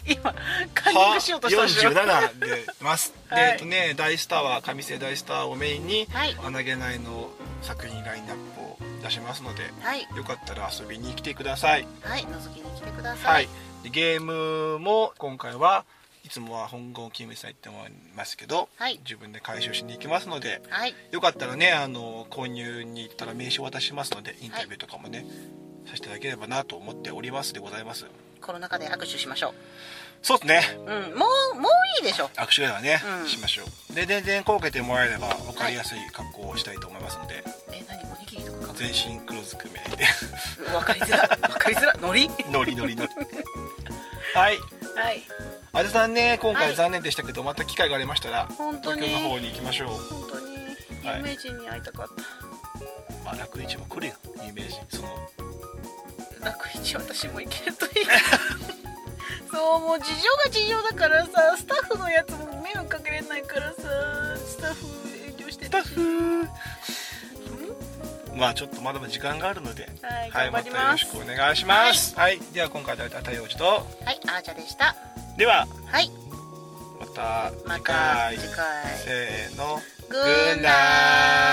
S1: 今カンニン
S2: は
S1: グしようとしたでしょ
S2: 47で出ます、
S1: *laughs* はい
S2: でえっとね大スターは上世大スターをメインに
S1: はい
S2: 「穴げない」の作品ラインナップを出しますので
S1: はい
S2: よかったら遊びに来てください
S1: はい覗きに来てくださ
S2: はいい、でゲームも今回はいつもは本郷勤務さん行ってもらいますけど、
S1: はい
S2: 自分で回収しに行きますので
S1: はい
S2: よかったらねあの購入に行ったら名刺を渡しますのでインタビューとかもね、させていただければなと思っておりますでございます
S1: コロナ禍で握手しましょ
S2: そうですね
S1: ううんもうもういいでしょ
S2: 握手会はね、
S1: うん
S2: しましょうで全然こう受けてもらえれば分かりやすい格好をしたいと思いますので、
S1: え何おにぎりとかか
S2: 全身黒ずくめで *laughs*
S1: 分かりづら分かりづらのり
S2: ノリノリノリはい
S1: はい
S2: あずさんね今
S1: は
S2: 回
S1: い
S2: 残念でしたけど、また機会がありましたら
S1: 本当
S2: 東
S1: に
S2: 京の方
S1: 本
S2: に行きましょう
S1: 当に有名人に会いたかった、
S2: まあ楽市も来るよ有名人その
S1: 楽市私も行けるとい *laughs* いそうもう事情が事情だからさスタッフのやつも迷惑かけれないからさスタッフ遠慮してスタッフ
S2: まあちょっとまだまだ時間があるので
S1: はい頑張
S2: ま
S1: り
S2: たよ
S1: ま
S2: ろ
S1: す
S2: しくお願いしますはい、では今回の太陽寺と
S1: はいあーちゃでした
S2: では
S1: はい
S2: また
S1: ま
S2: 次
S1: た
S2: 回、
S1: 次回
S2: せーの
S1: グッナイ